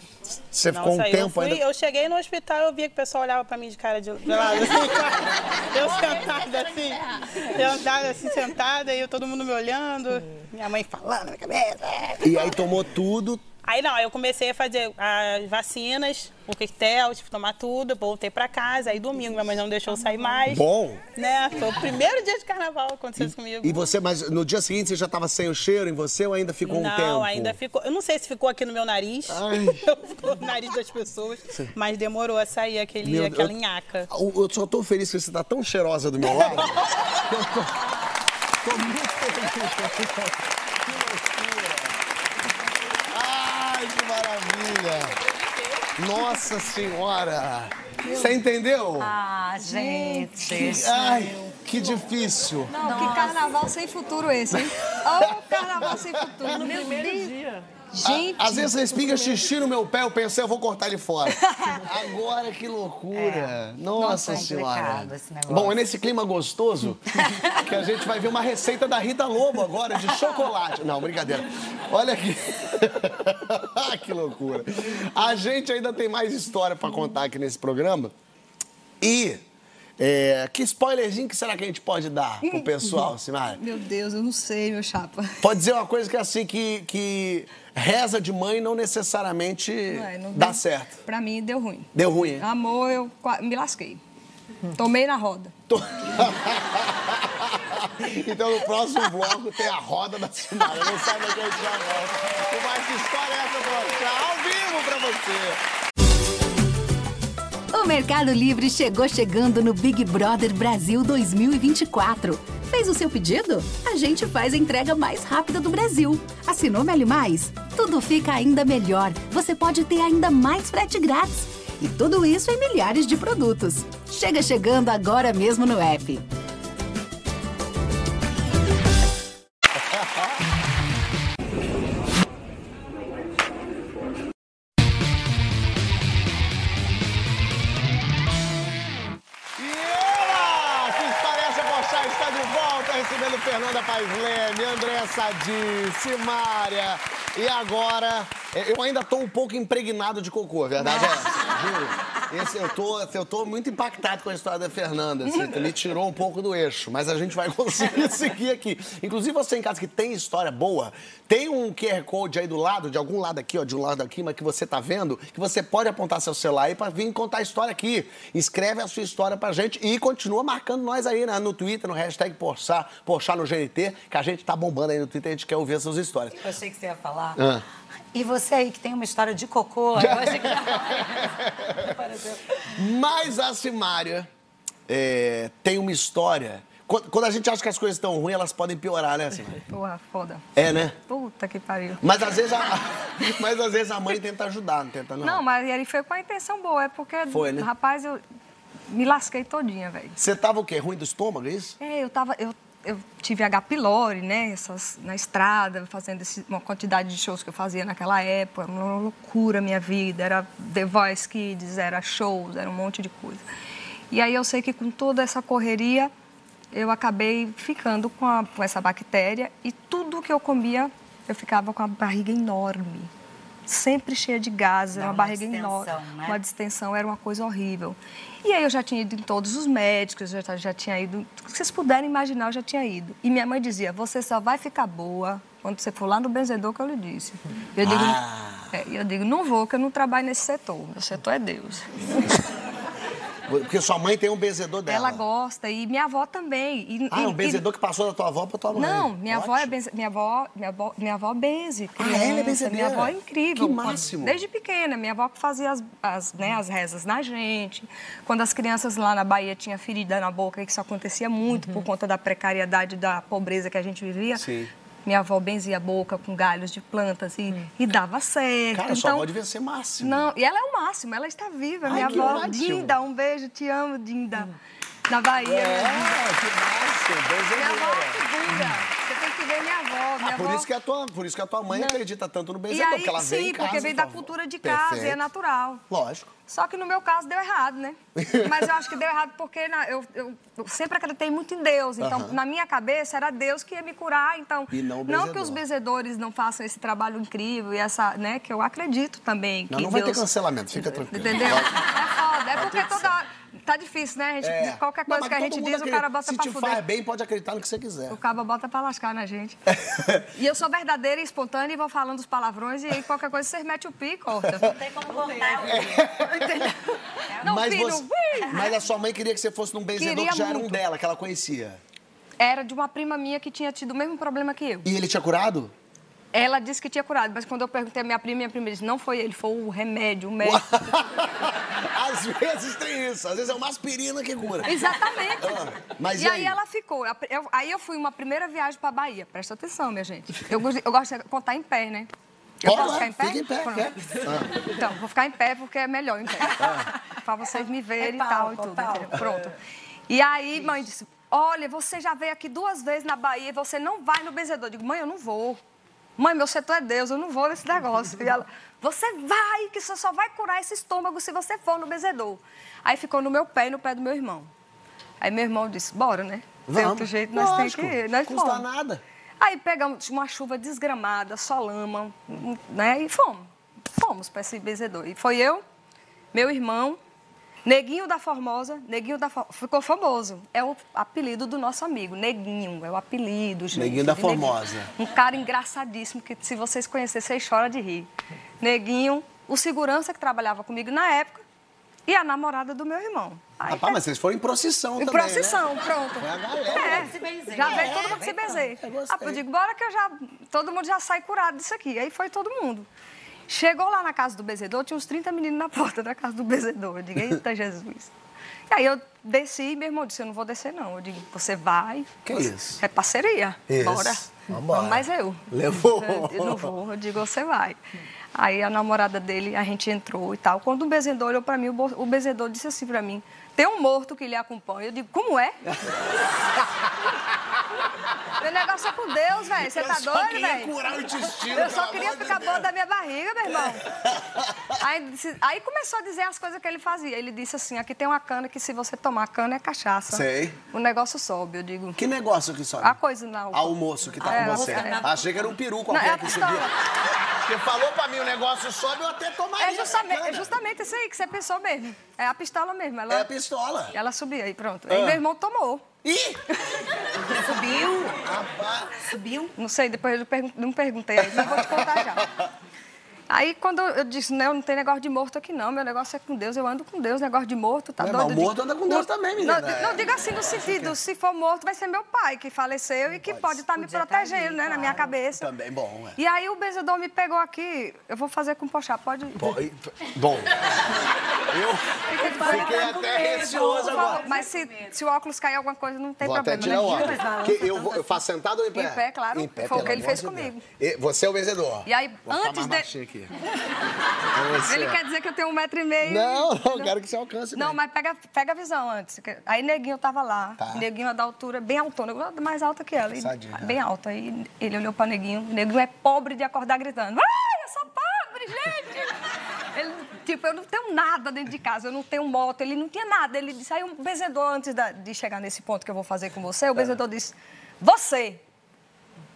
Speaker 2: Você
Speaker 9: Não
Speaker 2: ficou um
Speaker 9: saiu. eu,
Speaker 2: tempo
Speaker 9: fui,
Speaker 2: ainda.
Speaker 9: eu cheguei no hospital eu via que o pessoal olhava pra mim de cara de, de lado, assim. eu sentada assim, sentada assim, sentada, e eu- todo mundo me olhando, minha mãe falando na cabeça.
Speaker 2: E aí tomou tudo.
Speaker 9: Aí não, aí eu comecei a fazer as vacinas, o coquetel, tive que tomar tudo, voltei pra casa, aí domingo minha mãe não deixou eu sair mais.
Speaker 2: Bom.
Speaker 9: Né? Foi o primeiro dia de carnaval que aconteceu isso comigo.
Speaker 2: E você, mas no dia seguinte você já tava sem o cheiro em você ou ainda ficou
Speaker 9: não,
Speaker 2: um tempo?
Speaker 9: ainda ficou. Eu não sei se ficou aqui no meu nariz, no nariz das pessoas, mas demorou a sair aquele,
Speaker 2: Meu Deus,
Speaker 9: aquela
Speaker 2: eu-
Speaker 9: nhaca.
Speaker 2: Eu, eu só tô feliz que você tá tão cheirosa do meu lado. Eu tô, tô muito feliz. Que loucura.
Speaker 3: Nossa senhora! Você entendeu?
Speaker 4: Ah, gente.
Speaker 3: Ai, que difícil.
Speaker 5: Não, que carnaval sem futuro esse, hein? Ô, carnaval sem futuro. Meu Deus.
Speaker 6: Dia.
Speaker 5: Gente,
Speaker 3: Às vezes a espinga xixi no meu pé, eu pensei, eu vou cortar ele fora. Agora que loucura. Nossa
Speaker 4: é
Speaker 3: senhora.
Speaker 4: complicado esse negócio.
Speaker 3: Bom, é nesse clima gostoso que a gente vai ver uma receita da Rita Lobo agora de chocolate. Não, brincadeira. Olha aqui. Ah, que loucura. A gente ainda tem mais história pra contar aqui nesse programa. E é, que spoilerzinho que será que a gente pode dar
Speaker 5: Hum.
Speaker 3: pro pessoal, Simara?
Speaker 5: Meu Deus, eu não sei, meu chapa.
Speaker 3: Pode dizer uma coisa que é assim, que, que reza de mãe não necessariamente
Speaker 5: Ué, não Ah,
Speaker 3: dá
Speaker 5: deu-
Speaker 3: certo.
Speaker 5: Pra mim, deu ruim.
Speaker 3: Deu ruim, hein?
Speaker 5: Amor, eu qua- me lasquei. Tomei na roda.
Speaker 3: Tô- então no próximo bloco tem a roda da Simara. Não sabe onde a gente já volta. Com mais que história é essa, Brocha? Ao vivo pra você.
Speaker 10: O Mercado Livre chegou chegando no Big Brother Brasil 2024. Fez o seu pedido? A gente faz a entrega mais rápida do Brasil. Assinou Meli Mais? Tudo fica ainda melhor. Você pode ter ainda mais frete grátis. E tudo isso em milhares de produtos. Chega chegando agora mesmo no app.
Speaker 3: E ela, que história é essa, Brocha? Está de volta recebendo Fernanda Paes Leme, André Sadi, Simária. E agora, é, eu ainda tô um pouco impregnado de cocô, a verdade é essa, juro. Esse, eu, tô, eu tô muito impactado com a história da Fernanda. assim, me tirou um pouco do eixo, mas a gente vai conseguir seguir aqui. Inclusive, você em casa que tem história boa, tem um QR Code aí do lado, de algum lado aqui, ó, de um lado aqui, mas que você tá vendo, que você pode apontar seu celular aí pra vir contar a história aqui. Escreve a sua história pra gente e continua marcando nós aí né, no Twitter, no hashtag Porchá, Porchá no GNT, que a gente tá bombando aí no Twitter, a gente quer ouvir essas histórias.
Speaker 4: Eu achei que você ia falar.
Speaker 3: Ah.
Speaker 4: E você aí que tem uma história de cocô, eu achei que Pareceu.
Speaker 3: Mas a Simária é, tem uma história. Quando, quando a gente acha que as coisas estão ruins, elas podem piorar, né, Simária?
Speaker 5: Porra, foda.
Speaker 3: É, né?
Speaker 5: Puta que pariu.
Speaker 3: Mas às vezes a, mas às vezes a mãe tenta ajudar, não tenta, não.
Speaker 5: Não, mas ele foi com a intenção boa, é porque,
Speaker 3: Foi, né?
Speaker 5: rapaz, eu me lasquei todinha, velho.
Speaker 3: Você tava o quê? Ruim do estômago, é isso?
Speaker 5: É, eu tava. Eu, eu tive H. pylori, né? Essas, na estrada, fazendo esse- uma quantidade de shows que eu fazia naquela época. Uma loucura a minha vida. Era The Voice Kids, era shows, era um monte de coisa. E aí eu sei que com toda essa correria, eu acabei ficando com, a- com essa bactéria e tudo que eu comia, eu ficava com a barriga enorme. Sempre cheia de gases, era
Speaker 4: Dá
Speaker 5: uma
Speaker 4: uma
Speaker 5: barriga
Speaker 4: distensão,
Speaker 5: enorme.
Speaker 4: né?
Speaker 5: Uma distensão era uma coisa horrível. E aí eu já tinha ido em todos os médicos, eu já, já tinha ido. o que Vocês puderem imaginar, eu já tinha ido. E minha mãe dizia: você só vai ficar boa quando você for lá no benzedor que eu lhe disse. E eu digo,
Speaker 3: Ah.
Speaker 5: é, e eu digo não vou, que eu não trabalho nesse setor. Meu setor é Deus.
Speaker 3: Porque sua mãe tem um benzedor dela.
Speaker 5: Ela gosta, e minha avó também. E,
Speaker 3: Ah,
Speaker 5: e-
Speaker 3: um benzedor que passou da tua avó pra tua
Speaker 5: e-
Speaker 3: mãe.
Speaker 5: Não, minha avó, é
Speaker 3: Ótimo.
Speaker 5: benze, minha, avó, minha, avó, minha avó benze.
Speaker 3: Ah, ela é benzedeira?
Speaker 5: Minha avó é incrível.
Speaker 3: Que máximo.
Speaker 5: Desde pequena, minha avó que fazia as, as, né, as rezas na gente. Quando as crianças lá na Bahia tinham ferida na boca, que isso acontecia muito por conta da precariedade, da pobreza que a gente vivia.
Speaker 3: Uhum. Sim. Hum.
Speaker 5: Minha avó benzia a boca com galhos de plantas e, e dava certo.
Speaker 3: Cara,
Speaker 5: então,
Speaker 3: sua avó devia ser máxima.
Speaker 5: não, e ela é o máximo, ela está viva,
Speaker 3: Ai,
Speaker 5: minha
Speaker 3: que
Speaker 5: avó.
Speaker 3: ótimo. Hum.
Speaker 5: Dinda, um beijo, te amo, Dinda. Da Bahia, né?
Speaker 3: É,
Speaker 5: minha Dinda.
Speaker 3: que máximo,
Speaker 5: Minha avó é
Speaker 3: benzedeira.
Speaker 5: muito linda. Você tem que ver minha avó. Minha
Speaker 3: Ah, por
Speaker 5: avó...
Speaker 3: isso que a tua, por isso que a tua mãe
Speaker 5: Não.
Speaker 3: acredita tanto no
Speaker 5: E
Speaker 3: benzedor,
Speaker 5: aí,
Speaker 3: porque ela
Speaker 5: sim,
Speaker 3: vem em casa.
Speaker 5: porque veio
Speaker 3: tua
Speaker 5: da
Speaker 3: avó.
Speaker 5: cultura de casa e é
Speaker 3: Perfeito.
Speaker 5: natural.
Speaker 3: Lógico.
Speaker 5: Só que no meu caso deu errado, né? Mas eu acho que deu errado porque na- eu, eu- eu sempre acreditei muito em Deus. Então,
Speaker 3: Aham.
Speaker 5: na minha cabeça, era Deus que ia me curar. Então,
Speaker 3: E não o
Speaker 5: que os
Speaker 3: benzedor.
Speaker 5: benzedores não façam esse trabalho incrível e essa, né? Que eu acredito também.
Speaker 3: Não,
Speaker 5: que
Speaker 3: não vai ter
Speaker 5: Deus-
Speaker 3: cancelamento, fica tranquilo.
Speaker 5: Entendeu? É foda. É porque toda hora. Tá difícil, né? A gente,
Speaker 3: É.
Speaker 5: Qualquer
Speaker 3: Não,
Speaker 5: coisa
Speaker 3: mas
Speaker 5: que a
Speaker 3: todo
Speaker 5: gente
Speaker 3: mundo
Speaker 5: diz, o
Speaker 3: acredita.
Speaker 5: cara bota
Speaker 3: Se
Speaker 5: pra
Speaker 3: te
Speaker 5: fuder.
Speaker 3: faz bem, pode acreditar no que você quiser.
Speaker 5: O cabo bota pra lascar na gente. e eu sou verdadeira e espontânea e vou falando os palavrões e aí qualquer coisa vocês metem o pi e corta.
Speaker 4: Não tem como cortar.
Speaker 5: Não,
Speaker 3: mas,
Speaker 5: pi,
Speaker 3: você-
Speaker 5: não ui!
Speaker 3: mas a sua mãe queria que você fosse num benzedor
Speaker 5: Queria
Speaker 3: que já era um
Speaker 5: muito.
Speaker 3: dela, que ela conhecia.
Speaker 5: Era de uma prima minha que tinha tido o mesmo problema que eu.
Speaker 3: E ele tinha curado?
Speaker 5: Ela disse que tinha curado, mas quando eu perguntei à minha prima, minha prima disse, não foi ele, foi o remédio, o médico.
Speaker 3: às vezes tem isso, às vezes é uma aspirina que cura.
Speaker 5: Exatamente.
Speaker 3: Ah, mas
Speaker 5: e
Speaker 3: e
Speaker 5: aí?
Speaker 3: aí?
Speaker 5: ela ficou. Eu- eu- aí eu fui uma primeira viagem pra Bahia. Presta atenção, minha gente. Eu, gosto- eu gosto de contar em pé, né? Eu
Speaker 2: Pode
Speaker 5: posso
Speaker 2: lá,
Speaker 5: ficar em pé?
Speaker 2: fica em pé,
Speaker 5: Pronto.
Speaker 2: quer? Ah.
Speaker 5: Então, vou ficar em pé porque é melhor em pé. Pra vocês me verem
Speaker 11: É
Speaker 5: e tal e
Speaker 11: palco,
Speaker 5: tudo.
Speaker 11: palco.
Speaker 5: entendeu? Pronto. E aí, mãe disse: Olha, você já veio aqui duas vezes na Bahia e você não vai no benzedor. Eu digo: Mãe, eu não vou. Mãe, meu setor é Deus, eu não vou nesse negócio. E ela, você vai, que você só vai curar esse estômago se você for no benzedor. Aí ficou no meu pé e no pé do meu irmão. Aí meu irmão disse, bora, né? Tem outro jeito, nós temos
Speaker 2: Lógico,
Speaker 5: que ir. Nós
Speaker 2: custa
Speaker 5: fomos.
Speaker 2: nada.
Speaker 5: Aí pegamos uma chuva desgramada, só lama, né? E fomos. Fomos para esse benzedor. E foi eu, meu irmão, Neguinho da Formosa. Neguinho da Formosa. Ficou famoso. É o apelido do nosso amigo. Neguinho, é o apelido, gente.
Speaker 2: Neguinho da
Speaker 5: de
Speaker 2: Formosa.
Speaker 5: Um cara engraçadíssimo que, se vocês conhecerem, vocês choram de rir. Neguinho, o segurança que trabalhava comigo na época e a namorada do meu irmão. Aí tá-
Speaker 2: Rapaz, mas vocês foram em procissão
Speaker 5: em
Speaker 2: também, né?
Speaker 5: Um procissão, pronto.
Speaker 2: Foi a galera.
Speaker 5: É,
Speaker 11: Se benzer.
Speaker 5: já veio
Speaker 11: É,
Speaker 5: todo mundo se
Speaker 11: vem
Speaker 5: benzer.
Speaker 2: Eu gostei.
Speaker 5: Ah, eu digo, bora que eu já. Todo mundo já sai curado disso aqui. Aí foi todo mundo. Chegou lá na casa do bezedor, tinha uns 30 meninos na porta da casa do bezedor. Eu digo, eita Jesus. E aí eu desci e meu irmão disse, eu não vou descer não. Eu digo, você vai.
Speaker 2: Que
Speaker 5: você-
Speaker 2: isso?
Speaker 5: É parceria.
Speaker 2: Isso.
Speaker 5: Bora.
Speaker 2: Vambora.
Speaker 5: Mas eu.
Speaker 2: Levou.
Speaker 5: Eu, eu não vou. Eu digo, você vai. Aí a namorada dele, a gente entrou e tal. Quando o bezedor olhou pra mim, o bo- o bezedor disse assim pra mim, tem um morto que lhe acompanha. Eu digo, como é? Meu negócio é com Deus, velho. Você tá doido, velho?
Speaker 2: curar o intestino.
Speaker 5: Eu só queria ficar boa da minha barriga, meu irmão. Aí, disse- aí começou a dizer as coisas que ele fazia. Ele disse assim: aqui tem uma cana que se você tomar a cana é cachaça.
Speaker 2: Sei.
Speaker 5: O negócio sobe. Eu digo:
Speaker 2: Que negócio que sobe?
Speaker 5: a coisa não.
Speaker 2: Ah, o moço que tá
Speaker 5: É,
Speaker 2: com você.
Speaker 5: é.
Speaker 2: Achei que era um peru
Speaker 5: Não, é
Speaker 2: qualquer
Speaker 5: a
Speaker 2: que
Speaker 5: pistola.
Speaker 2: subia. Você falou pra mim, o negócio sobe, eu até tomaria.
Speaker 5: É justamente,
Speaker 2: essa
Speaker 5: é
Speaker 2: cana.
Speaker 5: justamente isso aí que você pensou mesmo. É a pistola mesmo. Ela,
Speaker 2: É a pistola.
Speaker 5: ela subia aí, pronto. Aí meu irmão tomou.
Speaker 2: Ah. Ih!
Speaker 11: Subiu,
Speaker 2: Rapaz,
Speaker 11: subiu.
Speaker 5: Não sei, depois eu pergun- não perguntei aí, mas vou te contar já. Aí quando eu disse, não, não tem negócio de morto aqui não, meu negócio é com Deus, eu ando com Deus, negócio de morto, tá
Speaker 2: Não, mas
Speaker 5: doido?
Speaker 2: o morto anda com Deus também, menina.
Speaker 5: Não, não diga assim no sentido, se for morto vai ser meu pai que faleceu e que pode estar me protegendo, né, na minha cabeça.
Speaker 2: também bom, é.
Speaker 5: E aí o benzedor me pegou aqui, eu vou fazer com pochá, pode?
Speaker 2: Bom, e- bom. eu fiquei até receoso agora.
Speaker 5: Mas se, se o óculos cair alguma coisa, não tem
Speaker 2: Vou até
Speaker 5: problema.
Speaker 2: tirar o
Speaker 5: né?
Speaker 2: óculos. Que eu, vou- eu faço sentado ou em pé?
Speaker 5: Em pé, claro. Foi o
Speaker 2: pelo
Speaker 5: que ele
Speaker 2: amor
Speaker 5: fez
Speaker 2: de Deus.
Speaker 5: comigo.
Speaker 2: E você é o vencedor.
Speaker 5: E aí,
Speaker 2: Vou ficar
Speaker 5: antes
Speaker 2: mais
Speaker 5: de-
Speaker 2: baixinho aqui. É você.
Speaker 5: Ele quer dizer que eu tenho um metro e meio.
Speaker 2: Não, não, quero que você alcance.
Speaker 5: Não,
Speaker 2: bem.
Speaker 5: mas pega, pega a visão antes. que- Aí Neguinho tava lá.
Speaker 2: Tá.
Speaker 5: Neguinho é da altura, bem autônomo, mais alta que ela. e-
Speaker 2: Sadinha.
Speaker 5: tá bem alta. Aí ele olhou pra Neguinho. Neguinho é pobre de acordar gritando. Ai, eu sou pobre, gente! Ele, tipo, eu não tenho nada dentro de casa, eu não tenho moto, ele não tinha nada. Ele disse, aí o benzedor, antes da- de chegar nesse ponto que eu vou fazer com você, o benzedor disse, você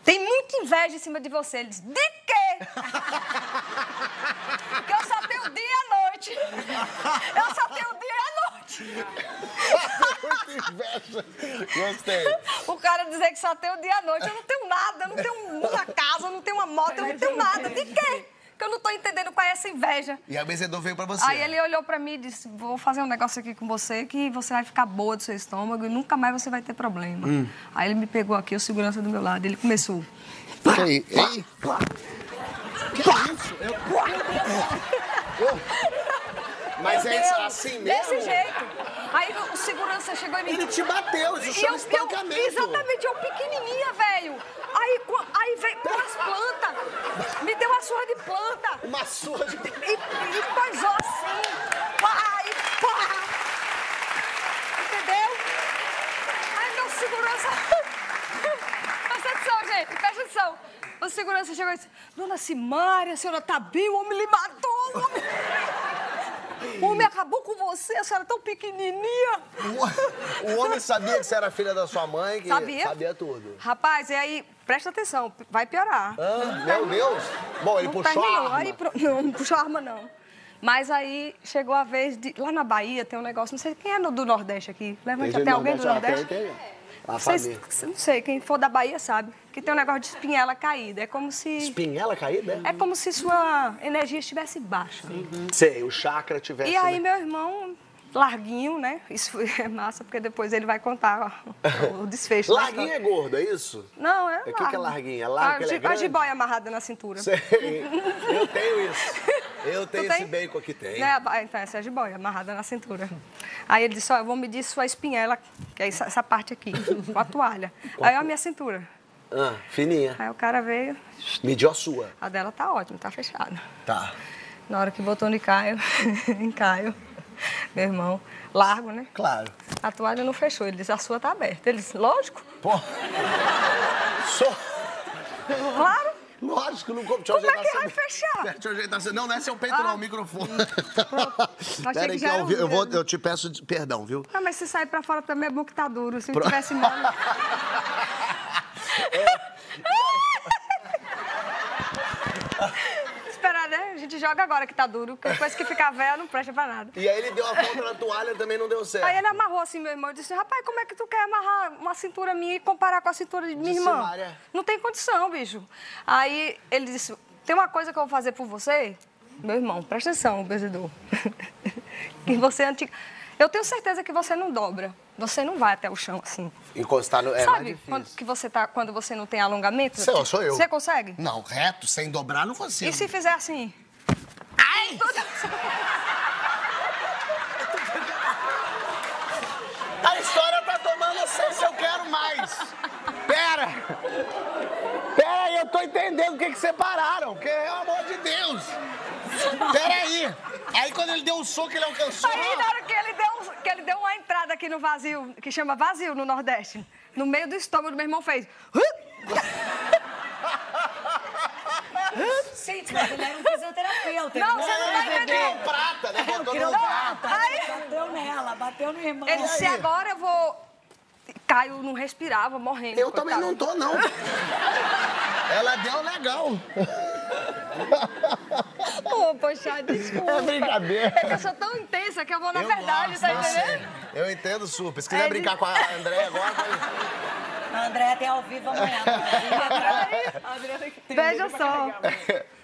Speaker 5: tem muita inveja em cima de você. Ele disse, de quê? que eu só tenho dia e a noite. Eu só tenho dia e a noite.
Speaker 2: Muita inveja. Gostei.
Speaker 5: O cara dizer que só tem o dia e a noite, eu não tenho nada, eu não tenho uma casa, eu não tenho uma moto, eu não tenho nada. De quê? Que eu não tô entendendo qual é essa inveja.
Speaker 2: E a vencedor veio pra você.
Speaker 5: Aí ele olhou pra mim e disse: Vou fazer um negócio aqui com você que você vai ficar boa do seu estômago e nunca mais você vai ter problema. Aí ele me pegou aqui, o segurança do meu lado, ele começou.
Speaker 2: Que aí? Ei,
Speaker 5: é
Speaker 2: Mas é isso- assim mesmo?
Speaker 5: Desse jeito. Aí o segurança chegou e me
Speaker 2: Ele te bateu, isso
Speaker 5: E eu,
Speaker 2: chama
Speaker 5: eu,
Speaker 2: espancamento.
Speaker 5: exatamente, eu pequenininha, velho. Aí, co- aí veio com as plantas. Me deu uma surra de planta.
Speaker 2: Uma surra de...
Speaker 5: E, e coisou assim. Pá, e pá. Entendeu? Aí meu segurança... Presta atenção, gente. Presta atenção. O segurança chegou e disse, Dona Simária, a senhora tá bem? O homem lhe matou. O homem, o homem acabou com você. A senhora é tão pequenininha.
Speaker 2: O- O homem sabia que você era filha da sua mãe, que
Speaker 5: Sabia?
Speaker 2: tudo.
Speaker 5: Rapaz, e aí, presta atenção, vai piorar.
Speaker 2: Ah, meu Deus. Bom, ele
Speaker 5: não
Speaker 2: puxou
Speaker 5: terminou.
Speaker 2: a arma.
Speaker 5: Aí, pro- não, não puxou a arma, não. Mas aí chegou a vez de. Lá na Bahia tem um negócio, não sei quem é no- do Nordeste aqui. Levante
Speaker 2: gente
Speaker 5: até alguém do
Speaker 2: ah, tem-
Speaker 5: Nordeste. É.
Speaker 2: tem. A
Speaker 5: Vocês-
Speaker 2: família.
Speaker 5: não sei, quem for da Bahia sabe. Que tem um negócio de espinhela caída. É como se.
Speaker 2: Espinhela caída, né?
Speaker 5: É como se sua energia estivesse baixa.
Speaker 2: Sei, o chakra tivesse...
Speaker 5: E aí,
Speaker 2: né?
Speaker 5: meu irmão, larguinho, né? Isso é massa, porque depois ele vai contar ó, o desfecho. da história.
Speaker 2: Larguinha é gordo, é isso?
Speaker 5: Não, é
Speaker 2: O que que é larguinha? É largo,
Speaker 5: larga.
Speaker 2: ela é
Speaker 5: a
Speaker 2: grande?
Speaker 5: jiboia amarrada na cintura.
Speaker 2: Sei. Eu tenho isso. Eu tenho
Speaker 5: tem?
Speaker 2: esse bacon aqui, tem.
Speaker 5: Né? Ah, Então, essa é a jiboia amarrada na cintura. Aí ele disse, ó, eu vou medir sua espinhela, que é essa, essa parte aqui, com a toalha. Aí, ó, a minha cintura.
Speaker 2: Ah, fininha.
Speaker 5: Aí o cara veio,
Speaker 2: Mediu a sua.
Speaker 5: a dela tá ótima, tá fechada.
Speaker 2: Tá.
Speaker 5: Na hora que botou no Caio, em Caio, meu irmão, largo, né?
Speaker 2: Claro.
Speaker 5: A toalha não fechou. Ele disse, a sua tá aberta. Ele disse, lógico,
Speaker 2: Pô. Só.
Speaker 5: claro.
Speaker 2: Lógico, não como. Deixa
Speaker 5: Como é Ah. que vai
Speaker 2: seu-
Speaker 5: fechar?
Speaker 2: Deixa eu ajeitar seu- Não, não é seu peito, não, o microfone.
Speaker 5: Achei
Speaker 2: Peraí,
Speaker 5: que
Speaker 2: que
Speaker 5: já
Speaker 2: eu,
Speaker 5: era
Speaker 2: vi- eu,
Speaker 5: um
Speaker 2: vou,
Speaker 5: dedo.
Speaker 2: eu te peço de- perdão, viu?
Speaker 5: Ah, mas se sair pra fora também é bom que tá duro. Se não tivesse mole... Esperar, né? A gente joga agora que tá duro, porque depois que ficar velha não presta pra nada.
Speaker 2: E aí ele deu a volta na toalha também não deu certo.
Speaker 5: Aí ele amarrou assim, meu irmão. Eu disse, rapaz, como é que tu quer amarrar uma cintura minha e comparar com a cintura de minha
Speaker 2: De
Speaker 5: irmã?
Speaker 2: Simária.
Speaker 5: Não tem condição, bicho. Aí ele disse, tem uma coisa que eu vou fazer por você? Meu irmão, presta atenção, benzedor. que você é antiga. Eu tenho certeza que você não dobra. Você não vai até o chão assim.
Speaker 2: Encostar no. É mais
Speaker 5: Sabe
Speaker 2: difícil.
Speaker 5: quando, que você tá, quando você não tem alongamento?
Speaker 2: Sei lá, sou eu.
Speaker 5: Você consegue?
Speaker 2: Não, reto, sem dobrar, não consigo.
Speaker 5: E se fizer assim?
Speaker 2: A história tá tomando senso, eu quero mais. Pera. Pera aí, eu tô entendendo o que que separaram, que é o amor de Deus. Pera aí. Aí quando ele deu o soco, ele alcançou.
Speaker 5: Aí, na hora que ele, deu, que ele deu uma entrada aqui no vazio, que chama vazio no Nordeste, no meio do estômago, meu irmão fez.
Speaker 11: Gente, mas ele era um fisioterapeuta.
Speaker 5: Não, você não tá
Speaker 2: Deu
Speaker 5: entendendo.
Speaker 2: prata,
Speaker 5: É,
Speaker 2: né? Botou no prato.
Speaker 5: Aí,
Speaker 11: Bateu nela, bateu no irmão.
Speaker 5: ele disse: agora eu vou. Caio não respirava, morrendo.
Speaker 2: Eu também não
Speaker 5: coitado.
Speaker 2: tô, não. Ela deu um legal.
Speaker 5: Ô, poxa, desculpa.
Speaker 2: É brincadeira.
Speaker 5: É que eu sou tão intensa que eu vou na verdade,
Speaker 2: gosto,
Speaker 5: tá
Speaker 2: eu
Speaker 5: entendendo?
Speaker 2: sei. Eu entendo super. Se
Speaker 5: É
Speaker 2: quiser
Speaker 5: de-
Speaker 2: brincar com a André agora, tá vai-
Speaker 11: A Andréia tem ao vivo amanhã.
Speaker 5: Veja só.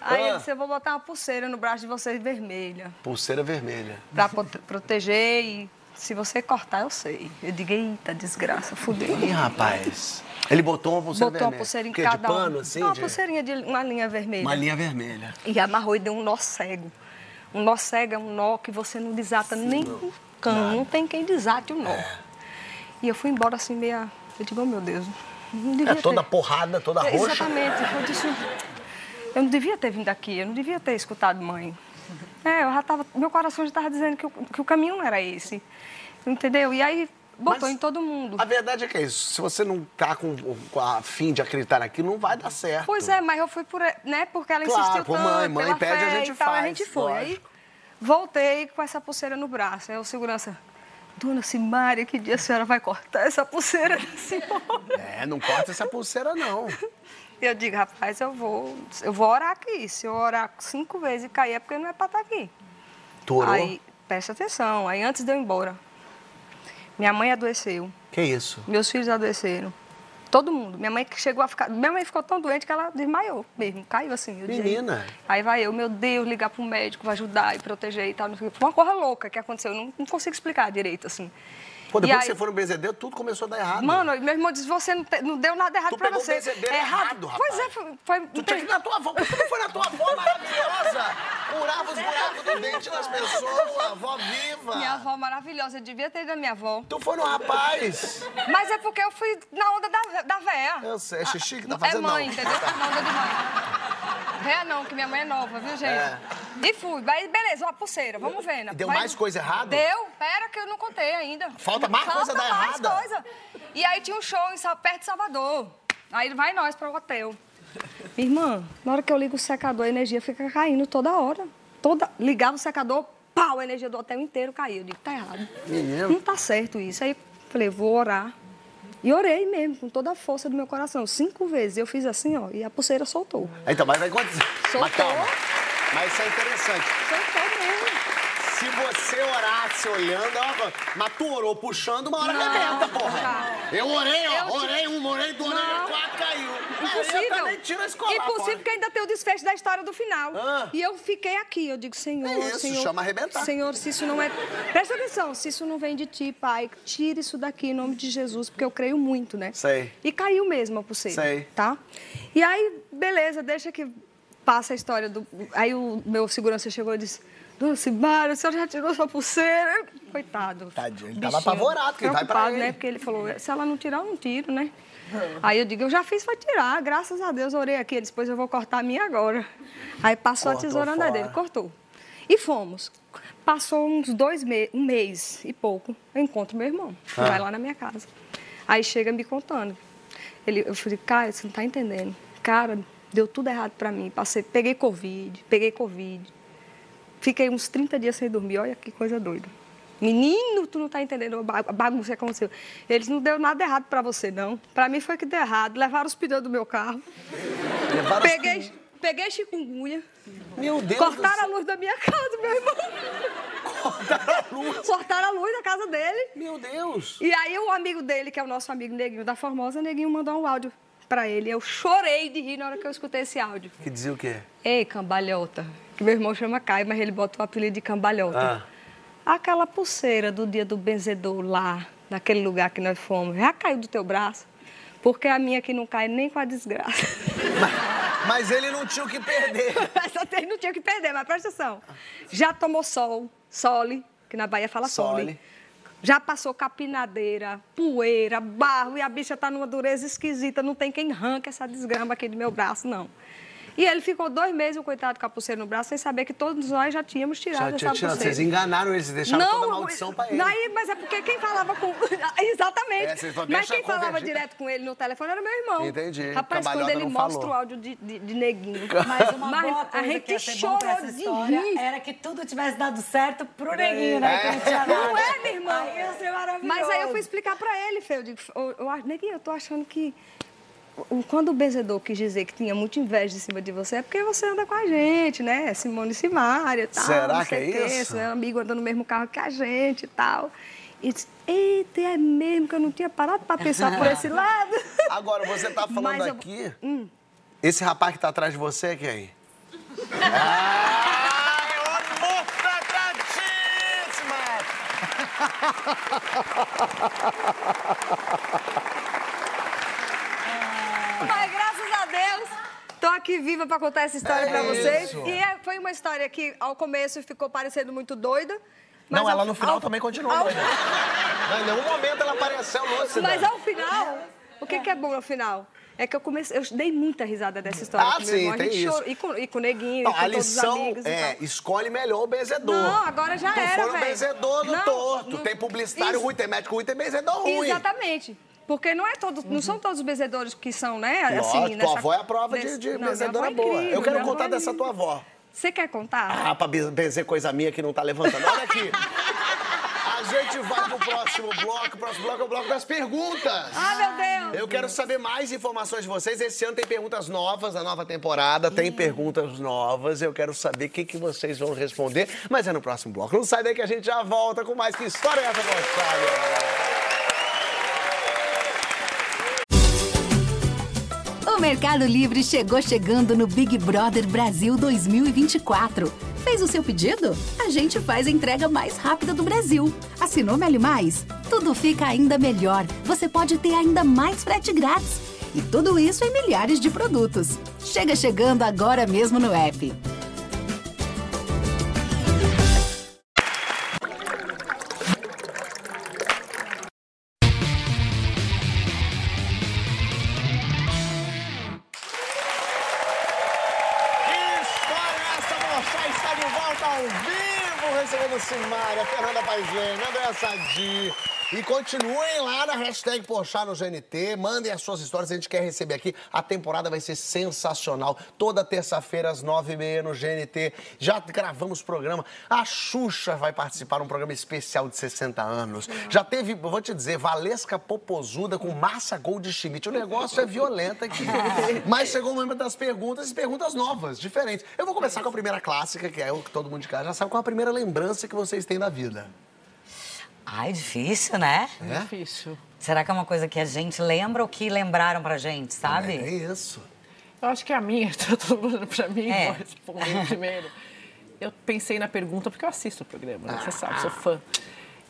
Speaker 5: Aí
Speaker 2: Ah.
Speaker 5: ele disse: eu vou botar uma pulseira no braço de vocês vermelha.
Speaker 2: pulseira vermelha.
Speaker 5: pra pot- proteger e se você cortar, eu sei. Eu digo, eita, desgraça, fudeu.
Speaker 2: Ih, rapaz. Ele botou uma pulseira
Speaker 5: Botou uma
Speaker 2: vermelha.
Speaker 5: pulseira em
Speaker 2: né? Que,
Speaker 5: cada
Speaker 2: de pano,
Speaker 5: um.
Speaker 2: assim?
Speaker 5: Não, uma
Speaker 2: de-
Speaker 5: pulseirinha de uma linha vermelha.
Speaker 2: Uma linha vermelha.
Speaker 5: E amarrou e deu um nó cego. Um nó cego é um nó que você não desata nem com cão. Não tem quem desate o nó.
Speaker 2: É.
Speaker 5: E eu fui embora assim, meia... Eu digo, oh, meu Deus, não devia
Speaker 2: É toda
Speaker 5: ter...
Speaker 2: porrada, toda
Speaker 5: É,
Speaker 2: roxa.
Speaker 5: Exatamente. Eu disse, eu não devia ter vindo aqui, eu não devia ter escutado mãe. É, eu já tava, meu coração já estava dizendo que o, que o caminho não era esse. Entendeu? E aí botou
Speaker 2: Mas-
Speaker 5: em todo mundo.
Speaker 2: A verdade é que é isso. Se você não tá com, com a fim de acreditar naquilo, não vai dar certo.
Speaker 5: Pois é, mas eu fui por, né, porque ela
Speaker 2: Claro,
Speaker 5: insistiu
Speaker 2: pô,
Speaker 5: tanto,
Speaker 2: mãe, mãe
Speaker 5: pela
Speaker 2: pede, a
Speaker 5: fé
Speaker 2: gente
Speaker 5: e tal,
Speaker 2: faz,
Speaker 5: a gente foi. Aí
Speaker 2: lógico.
Speaker 5: voltei com essa pulseira no braço. Aí o segurança, dona Simária, que dia a senhora vai cortar essa pulseira da senhora?
Speaker 2: É, não corta essa pulseira, não.
Speaker 5: E eu digo, rapaz, eu vou, eu vou orar aqui. Se eu orar cinco vezes e cair, é porque não é pra estar aqui.
Speaker 2: Torou?
Speaker 5: Aí, presta atenção, aí antes de eu ir embora, minha mãe adoeceu,
Speaker 2: Que isso?
Speaker 5: meus filhos adoeceram, todo mundo. Minha mãe que chegou a ficar. Minha mãe ficou tão doente que ela desmaiou mesmo, caiu assim. eu disse,
Speaker 2: Menina.
Speaker 5: "Eita". Aí vai eu, meu Deus, ligar pro médico, vai ajudar e proteger e tal. Não sei o quê. Foi uma coisa louca que aconteceu, eu não, não consigo explicar direito assim.
Speaker 2: Pô, depois
Speaker 5: E
Speaker 2: que
Speaker 5: aí-
Speaker 2: você for no benzedeiro, tudo começou a dar errado.
Speaker 5: Mano, meu irmão disse, você não, te- não deu nada errado
Speaker 2: Tu
Speaker 5: pra
Speaker 2: pegou o
Speaker 5: você.
Speaker 2: benzedeiro errado, rapaz.
Speaker 5: Pois é, foi. foi
Speaker 2: Tu tinha que ir na tua avó. Por que não foi na tua avó maravilhosa? Curava os buracos do dente das pessoas, avó viva.
Speaker 5: Minha avó maravilhosa, eu devia ter ido na minha avó.
Speaker 2: Tu foi no rapaz.
Speaker 5: Mas é porque eu fui na onda da, da véia.
Speaker 2: Eu sei, é xixi que tá
Speaker 5: Ah,
Speaker 2: fazendo,
Speaker 5: É mãe,
Speaker 2: não.
Speaker 5: entendeu? Na onda de mãe. Véia não, que minha mãe é nova, viu, gente? E fui. Mas beleza, uma pulseira, vamos ver. né?
Speaker 2: Deu
Speaker 5: Mas-
Speaker 2: mais coisa errada?
Speaker 5: Deu, pera que eu não contei ainda.
Speaker 2: Falta mais coisa
Speaker 5: Falta
Speaker 2: dar
Speaker 5: mais
Speaker 2: errada?
Speaker 5: coisa. E aí tinha um show em, Sa- perto de Salvador. Aí vai nós para o hotel. Minha irmã, na hora que eu ligo o secador, a energia fica caindo toda hora. Toda... Ligava o secador, pau, a energia do hotel inteiro caiu. Eu digo, tá errado. Não tá certo isso. Aí falei, vou orar. E orei mesmo, com toda a força do meu coração. Cinco vezes. Eu fiz assim, ó, e a pulseira soltou.
Speaker 2: Então, mas vai acontecer.
Speaker 5: Soltou.
Speaker 2: Mas calma. Mas isso é interessante.
Speaker 5: Soltou mesmo.
Speaker 2: Se você orasse olhando, é uma coisa. Mas tu orou puxando, uma hora
Speaker 5: Não,
Speaker 2: arrebenta, porra.
Speaker 5: não.
Speaker 2: Eu orei, ó.
Speaker 5: Eu te-
Speaker 2: Orei um, orei dois, orei
Speaker 5: Não.
Speaker 2: quatro, caiu. Aí É, eu
Speaker 5: Impossível. É
Speaker 2: também tiro a escolar
Speaker 5: Impossível, porque ainda tem o desfecho da história do final.
Speaker 2: Ah.
Speaker 5: E eu fiquei aqui, eu digo, Senhor,
Speaker 2: É isso,
Speaker 5: Senhor.
Speaker 2: chama arrebentar.
Speaker 5: Senhor, se isso não é. Presta atenção, se isso não vem de ti, Pai, tira isso daqui em nome de Jesus, porque eu creio muito, né?
Speaker 2: Sei.
Speaker 5: E caiu mesmo a pulseira.
Speaker 2: Sei.
Speaker 5: Tá? E aí, beleza, deixa que passa a história do. Aí o meu segurança chegou e disse. Dona Cibara, a senhora já tirou sua pulseira? coitado.
Speaker 2: Tadinho, ele
Speaker 5: Bichinho,
Speaker 2: tava apavorado, porque vai pra
Speaker 5: preocupado,
Speaker 2: ele.
Speaker 5: né? Porque ele falou, se ela não tirar, eu não tiro, né? Aí eu digo, eu já fiz pra tirar, graças a Deus, orei aqui. Ele disse, pois eu vou cortar a minha agora. Aí passou
Speaker 2: Cortou
Speaker 5: a tesoura na
Speaker 2: fora.
Speaker 5: dele, cortou. E fomos. Passou uns dois meses, um mês e pouco, eu encontro meu irmão, que
Speaker 2: Ah.
Speaker 5: vai lá na minha casa. Aí chega me contando. Ele, eu falei, cara, você não tá entendendo. Cara, deu tudo errado pra mim. Passei, peguei Covid, peguei Covid. Fiquei uns 30 dias sem dormir, olha que coisa doida. Menino, tu não tá entendendo a ba- a bagunça que aconteceu. Eles não deu nada errado pra você, não. Pra mim foi que deu errado. Levaram os pneus do meu carro.
Speaker 2: Levaram os
Speaker 5: Peguei, peguei chikungunya.
Speaker 2: Meu Deus
Speaker 5: Cortaram a luz da minha casa, meu irmão. Cortaram a luz? Cortaram a luz da casa dele.
Speaker 2: Meu Deus!
Speaker 5: E aí o amigo dele, que é o nosso amigo Neguinho da Formosa, Neguinho mandou um áudio pra ele. Eu chorei de rir na hora que eu escutei esse áudio.
Speaker 2: Que dizia o quê?
Speaker 5: Ei, cambalhota. Que meu irmão chama Caio, mas ele bota o apelido de cambalhota.
Speaker 2: Ah.
Speaker 5: Aquela pulseira do dia do benzedor lá, naquele lugar que nós fomos, já caiu do teu braço? Porque a minha que não cai nem com a desgraça.
Speaker 2: Mas, mas ele não tinha o que perder.
Speaker 5: Essa tem não tinha o que perder, mas presta atenção. Já tomou sol, sole, que na Bahia fala sole.
Speaker 2: Sole.
Speaker 5: Já passou capinadeira, poeira, barro e a bicha tá numa dureza esquisita, não tem quem arranca essa desgrama aqui do meu braço, não. E ele ficou dois meses, o coitado com a pulseira no braço, sem saber que todos nós já tínhamos tirado
Speaker 2: Já
Speaker 5: essa
Speaker 2: tinha tirado.
Speaker 5: pulseira.
Speaker 2: Vocês enganaram eles, deixaram toda a maldição pra ele.
Speaker 5: Aí, mas é porque quem falava com. Exatamente.
Speaker 2: É, vocês só
Speaker 5: mas
Speaker 2: deixam
Speaker 5: quem falava
Speaker 2: convergir.
Speaker 5: direto com ele no telefone era meu irmão.
Speaker 2: Entendi.
Speaker 5: Rapaz, quando
Speaker 2: Cambalhota
Speaker 5: ele
Speaker 2: não
Speaker 5: mostra
Speaker 2: falou.
Speaker 5: o áudio de, de, de neguinho.
Speaker 11: Mas uma boa
Speaker 5: a
Speaker 11: coisa que ia
Speaker 5: gente
Speaker 11: ser bom pra
Speaker 5: chorou
Speaker 11: essa
Speaker 5: de
Speaker 11: história é
Speaker 5: rir.
Speaker 11: era que tudo tivesse dado certo pro neguinho, né? Que não tinha nada.
Speaker 5: Não é, minha irmã?
Speaker 11: Aí ia ser maravilhoso.
Speaker 5: Mas aí eu fui explicar pra ele, Fê. Eu digo, eu, eu, acho- neguinho, eu tô achando que. o- Quando o benzedor quis dizer que tinha muita inveja em cima de você, é porque você anda com a gente, né? Simone e Simária e tal.
Speaker 2: Será
Speaker 5: não
Speaker 2: que
Speaker 5: sei
Speaker 2: é
Speaker 5: o quê,
Speaker 2: isso?
Speaker 5: Seu amigo anda no mesmo carro que a gente e tal. E disse, eita, é mesmo que eu não tinha parado pra pensar por esse lado.
Speaker 2: Agora, você tá falando
Speaker 5: Mas eu- Hum.
Speaker 2: aqui. Esse rapaz que tá atrás de você é quem? Ai, ô moça tadíssima!
Speaker 5: Mas graças a Deus, tô aqui viva pra contar essa história pra vocês.
Speaker 2: isso.
Speaker 5: E é- foi uma história que ao começo ficou parecendo muito doida. Mas
Speaker 2: Não,
Speaker 5: ao-
Speaker 2: ela no final
Speaker 5: ao-
Speaker 2: também continuou.
Speaker 5: ao-
Speaker 2: doida. Não, em nenhum momento ela apareceu lúcida.
Speaker 5: Mas ao final, o que, que é bom no final? É que eu comecei, eu dei muita risada dessa história.
Speaker 2: Ah,
Speaker 5: com meu irmão,
Speaker 2: sim,
Speaker 5: a gente
Speaker 2: tem
Speaker 5: chorou, E com, e com o neguinho,
Speaker 2: Então,
Speaker 5: e com
Speaker 2: a
Speaker 5: todos os
Speaker 2: lição
Speaker 5: amigos e
Speaker 2: é,
Speaker 5: tal.
Speaker 2: escolhe melhor o benzedor.
Speaker 5: Não, agora já
Speaker 2: não
Speaker 5: era,
Speaker 2: foram
Speaker 5: velho.
Speaker 2: benzedor do
Speaker 5: Não,
Speaker 2: torto.
Speaker 5: não-
Speaker 2: Tem publicitário
Speaker 5: Isso.
Speaker 2: ruim, tem médico ruim, tem benzedor ruim. Uhum.
Speaker 5: Exatamente. Porque não, é todo, não são todos os benzedores que são, né? Assim,
Speaker 2: Lógico,
Speaker 5: nessa-
Speaker 2: tua avó é a prova de,
Speaker 5: nesse-
Speaker 2: de
Speaker 5: Não, minha avó
Speaker 2: benzedora
Speaker 5: é
Speaker 2: boa.
Speaker 5: incrível,
Speaker 2: Eu quero
Speaker 5: minha avó
Speaker 2: contar
Speaker 5: é
Speaker 2: dessa
Speaker 5: linda.
Speaker 2: tua avó.
Speaker 5: Você quer contar?
Speaker 2: Ah, pra be- benzer coisa minha que não tá levantando. Olha aqui. A gente vai pro próximo bloco. O próximo bloco é o bloco das perguntas.
Speaker 5: Ah, meu Deus!
Speaker 2: Eu quero saber mais informações de vocês. Esse ano tem perguntas novas, a nova temporada tem perguntas novas. Eu quero saber o que, que vocês vão responder. Mas é no próximo bloco. Não sai daí que a gente já volta com mais. Que história é essa, Gonçalo?
Speaker 10: O Mercado Livre chegou chegando no Big Brother Brasil 2024. Fez o seu pedido? A gente faz a entrega mais rápida do Brasil. Assinou Meli Mais? Tudo fica ainda melhor. Você pode ter ainda mais frete grátis. E tudo isso em milhares de produtos. Chega chegando agora mesmo no app.
Speaker 2: Que história é essa, moça? Está de volta ao vivo, recebendo Simária, Fernanda Paizene, André Sadi. E continuem lá na hashtag Pochá no GNT. Mandem as suas histórias, a gente quer receber aqui. A temporada vai ser sensacional. Toda terça-feira, às nove e meia, no GNT. Já gravamos programa. A Xuxa vai participar de um programa especial de 60 anos. Já teve, eu vou te dizer, Valesca Popozuda com Massa Gold Schmidt. O negócio é violento aqui. Mas chegou o momento das perguntas e perguntas novas, diferentes. Eu vou começar com a primeira clássica, que é o que todo mundo de casa já sabe. Qual a primeira lembrança que vocês têm da vida?
Speaker 11: Ai, difícil, né?
Speaker 4: É?
Speaker 2: É?
Speaker 6: Difícil.
Speaker 11: Será que é uma coisa que a gente lembra ou que lembraram pra gente,
Speaker 2: É,
Speaker 11: sabe?
Speaker 2: isso.
Speaker 6: Eu acho que a minha, tá todo mundo olhando pra mim,
Speaker 11: É.
Speaker 6: vou responder primeiro. Eu pensei na pergunta porque eu assisto o programa, né? você sabe, sou fã.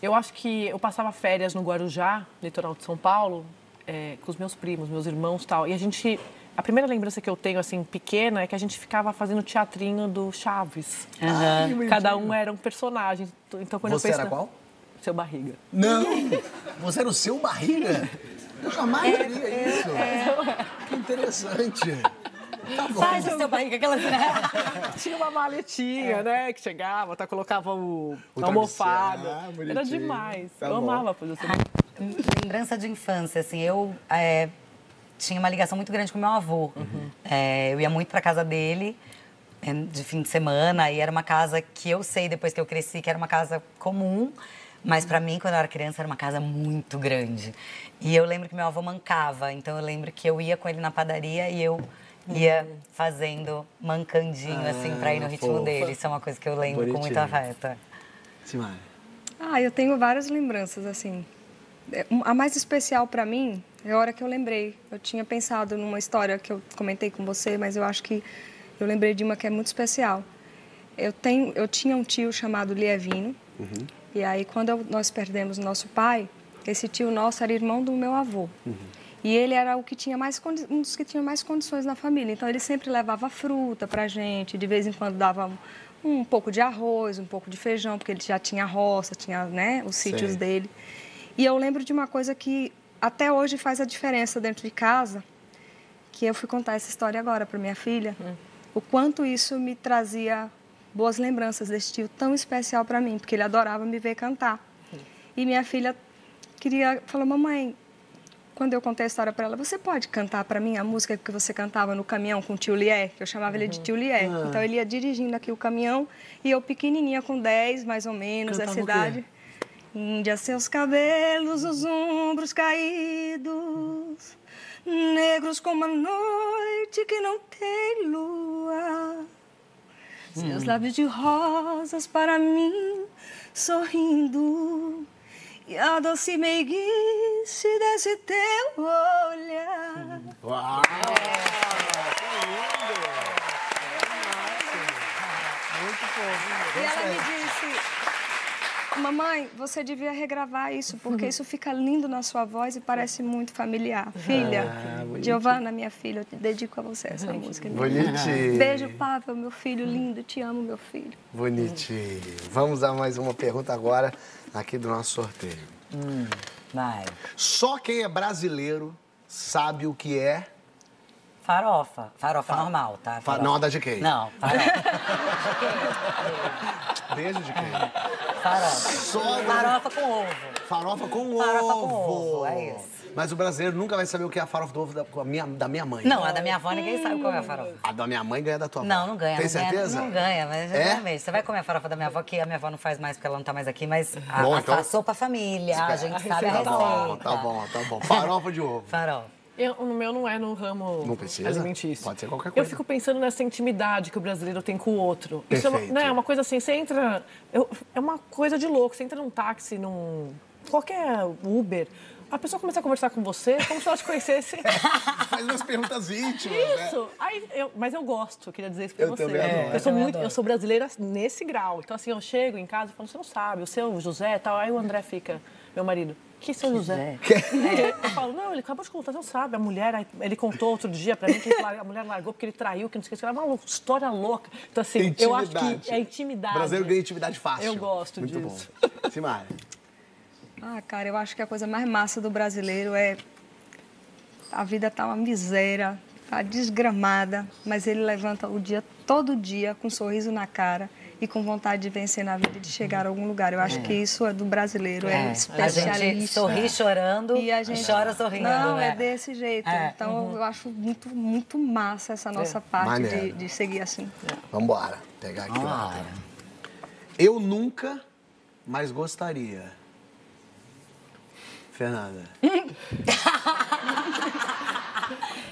Speaker 6: Eu acho que eu passava férias no Guarujá, litoral de São Paulo, é, com os meus primos, meus irmãos e tal. E a gente. A primeira lembrança que eu tenho, assim, pequena, é que a gente ficava fazendo teatrinho do Chaves. Cada um era um personagem. Então, quando eu
Speaker 2: Você
Speaker 6: penso
Speaker 2: era
Speaker 6: na-
Speaker 2: qual?
Speaker 6: Seu barriga.
Speaker 2: Não! Você era o seu barriga? Eu jamais
Speaker 6: É,
Speaker 2: diria isso. Que interessante. Tá bom.
Speaker 11: Faz o seu barriga, aquela
Speaker 6: Tinha uma maletinha, né? Que chegava, tá, colocava o, a almofada.
Speaker 2: ah, bonitinho.
Speaker 6: Era demais.
Speaker 2: Tá
Speaker 6: eu
Speaker 2: bom.
Speaker 6: amava fazer isso.
Speaker 4: Lembrança de infância, assim, eu é, tinha uma ligação muito grande com meu avô. É, eu ia muito pra casa dele é, de fim de semana e era uma casa que eu sei depois que eu cresci que era uma casa comum, mas pra mim quando eu era criança era uma casa muito grande. E eu lembro que meu avô mancava, então eu lembro que eu ia com ele na padaria e eu ia fazendo mancandinho assim pra ir no ritmo
Speaker 2: fofa.
Speaker 4: dele. Isso é uma coisa que eu lembro com muito
Speaker 2: Bonitinho.
Speaker 4: afeto.
Speaker 2: Simara.
Speaker 5: Ah, eu tenho várias lembranças, assim. É, um- A mais especial pra mim é a hora que eu lembrei. Eu tinha pensado numa história que eu comentei com você, mas eu acho que eu lembrei de uma que é muito especial. Eu, tenho, eu tinha um tio chamado Lievino, e aí quando eu- nós perdemos nosso pai, esse tio nosso era irmão do meu avô. E ele era o que tinha mais condi- um dos que tinha mais condições na família. Então ele sempre levava fruta pra gente, de vez em quando dava um, um pouco de arroz, um pouco de feijão, porque ele já tinha roça, tinha, né, os sítios
Speaker 2: Sei.
Speaker 5: dele. E eu lembro de uma coisa que até hoje faz a diferença dentro de casa, que eu fui contar essa história agora para minha filha,
Speaker 2: Hum.
Speaker 5: o quanto isso me trazia boas lembranças desse tio tão especial para mim, porque ele adorava me ver cantar.
Speaker 2: Hum.
Speaker 5: E minha filha queria, falou, mamãe, quando eu contei a história para ela, você pode cantar para mim a música que você cantava no caminhão com o tio Lié? Eu chamava
Speaker 2: Uhum.
Speaker 5: ele de tio Lié. Então ele ia dirigindo aqui o caminhão e eu pequenininha com 10, mais ou menos,
Speaker 2: Cantava
Speaker 5: essa
Speaker 2: o quê?
Speaker 5: idade. Índia, seus cabelos, os ombros caídos, negros como a noite que não tem lua. Seus lábios de rosas para mim sorrindo E a doce meiguice desse teu olhar
Speaker 2: Uau!
Speaker 5: E ela me disse Mamãe, você devia regravar isso Porque isso fica lindo na sua voz e parece muito familiar Filha, Giovana, minha filha, eu te dedico a você essa música
Speaker 3: Bonitinho.
Speaker 5: Beijo, Pavel, meu filho lindo, te amo, meu filho
Speaker 3: Bonitinho. Vamos a mais uma pergunta agora aqui do nosso sorteio.
Speaker 4: Vai.
Speaker 2: Só quem é brasileiro sabe o que é.
Speaker 4: Farofa. Farofa normal, tá?
Speaker 2: Fa-
Speaker 4: Farofa.
Speaker 2: não, a da GK.
Speaker 4: Não, farofa.
Speaker 2: Beijo de quem?
Speaker 4: farofa.
Speaker 2: Só
Speaker 4: Farofa com ovo.
Speaker 2: farofa com
Speaker 4: Farofa com
Speaker 2: ovo.
Speaker 4: ovo, é isso.
Speaker 2: Mas o brasileiro nunca vai saber o que é a farofa do ovo da, com a minha, da minha mãe.
Speaker 4: Não, a da minha avó ninguém sabe qual é a farofa.
Speaker 2: A da minha mãe ganha da tua mãe.
Speaker 4: Não, não ganha.
Speaker 2: Tem
Speaker 4: não ganha,
Speaker 2: certeza?
Speaker 4: não ganha, mas
Speaker 2: É?
Speaker 4: realmente. Você vai comer a farofa da minha avó, que a minha avó não faz mais porque ela não tá mais aqui, mas a,
Speaker 2: Bom,
Speaker 4: a
Speaker 2: então-
Speaker 4: fa- sopa família, a gente sabe a
Speaker 2: Tá
Speaker 4: receita.
Speaker 2: bom, tá bom, tá bom. Farofa de ovo.
Speaker 4: Farofa.
Speaker 6: Eu, o meu não é no ramo
Speaker 2: Não precisa.
Speaker 6: alimentício.
Speaker 2: Pode ser qualquer coisa.
Speaker 6: Eu fico pensando nessa intimidade que o brasileiro tem com o outro. Isso é uma,
Speaker 2: Perfeito.
Speaker 6: né, uma coisa assim, você entra. eu- é uma coisa de louco. Você entra num táxi, num. qualquer Uber. A pessoa começa a conversar com você como se ela te conhecesse.
Speaker 2: Faz umas perguntas íntimas, né?
Speaker 6: Isso! Aí eu- mas eu gosto, queria dizer isso pra
Speaker 2: Eu
Speaker 6: você.
Speaker 2: também adoro.
Speaker 6: eu, sou muito, eu sou brasileira nesse grau. Então, assim, eu chego em casa e falo, você não sabe, o seu José e tal. Aí o André fica, meu marido, que seu José? Eu falo, não, ele acabou de contar, você não sabe. A mulher, aí ele contou outro dia pra mim que ele lar- a mulher largou porque ele traiu, que não sei o que. Era uma lou- história louca. Então, assim, eu acho que é
Speaker 2: O
Speaker 6: intimidade.
Speaker 2: brasileiro ganha intimidade fácil.
Speaker 6: Eu gosto
Speaker 2: Muito
Speaker 6: disso.
Speaker 2: bom. Simara.
Speaker 5: Ah, cara, eu acho que a coisa mais massa do brasileiro é a vida tá uma miséria, tá desgramada, mas ele levanta o dia todo dia com um sorriso na cara e com vontade de vencer na vida e de chegar a algum lugar. Eu acho que isso é do brasileiro, é,
Speaker 4: A gente
Speaker 5: especialista.
Speaker 4: sorri chorando
Speaker 5: E a gente
Speaker 4: chora sorrindo.
Speaker 5: Não,
Speaker 4: né?
Speaker 5: é desse jeito.
Speaker 4: É.
Speaker 5: Então eu acho muito, muito massa essa nossa parte de,
Speaker 2: Maneiro.
Speaker 5: de seguir assim.
Speaker 2: Vambora. Pegar aqui. ó. Eu nunca, mas gostaria. Fernanda.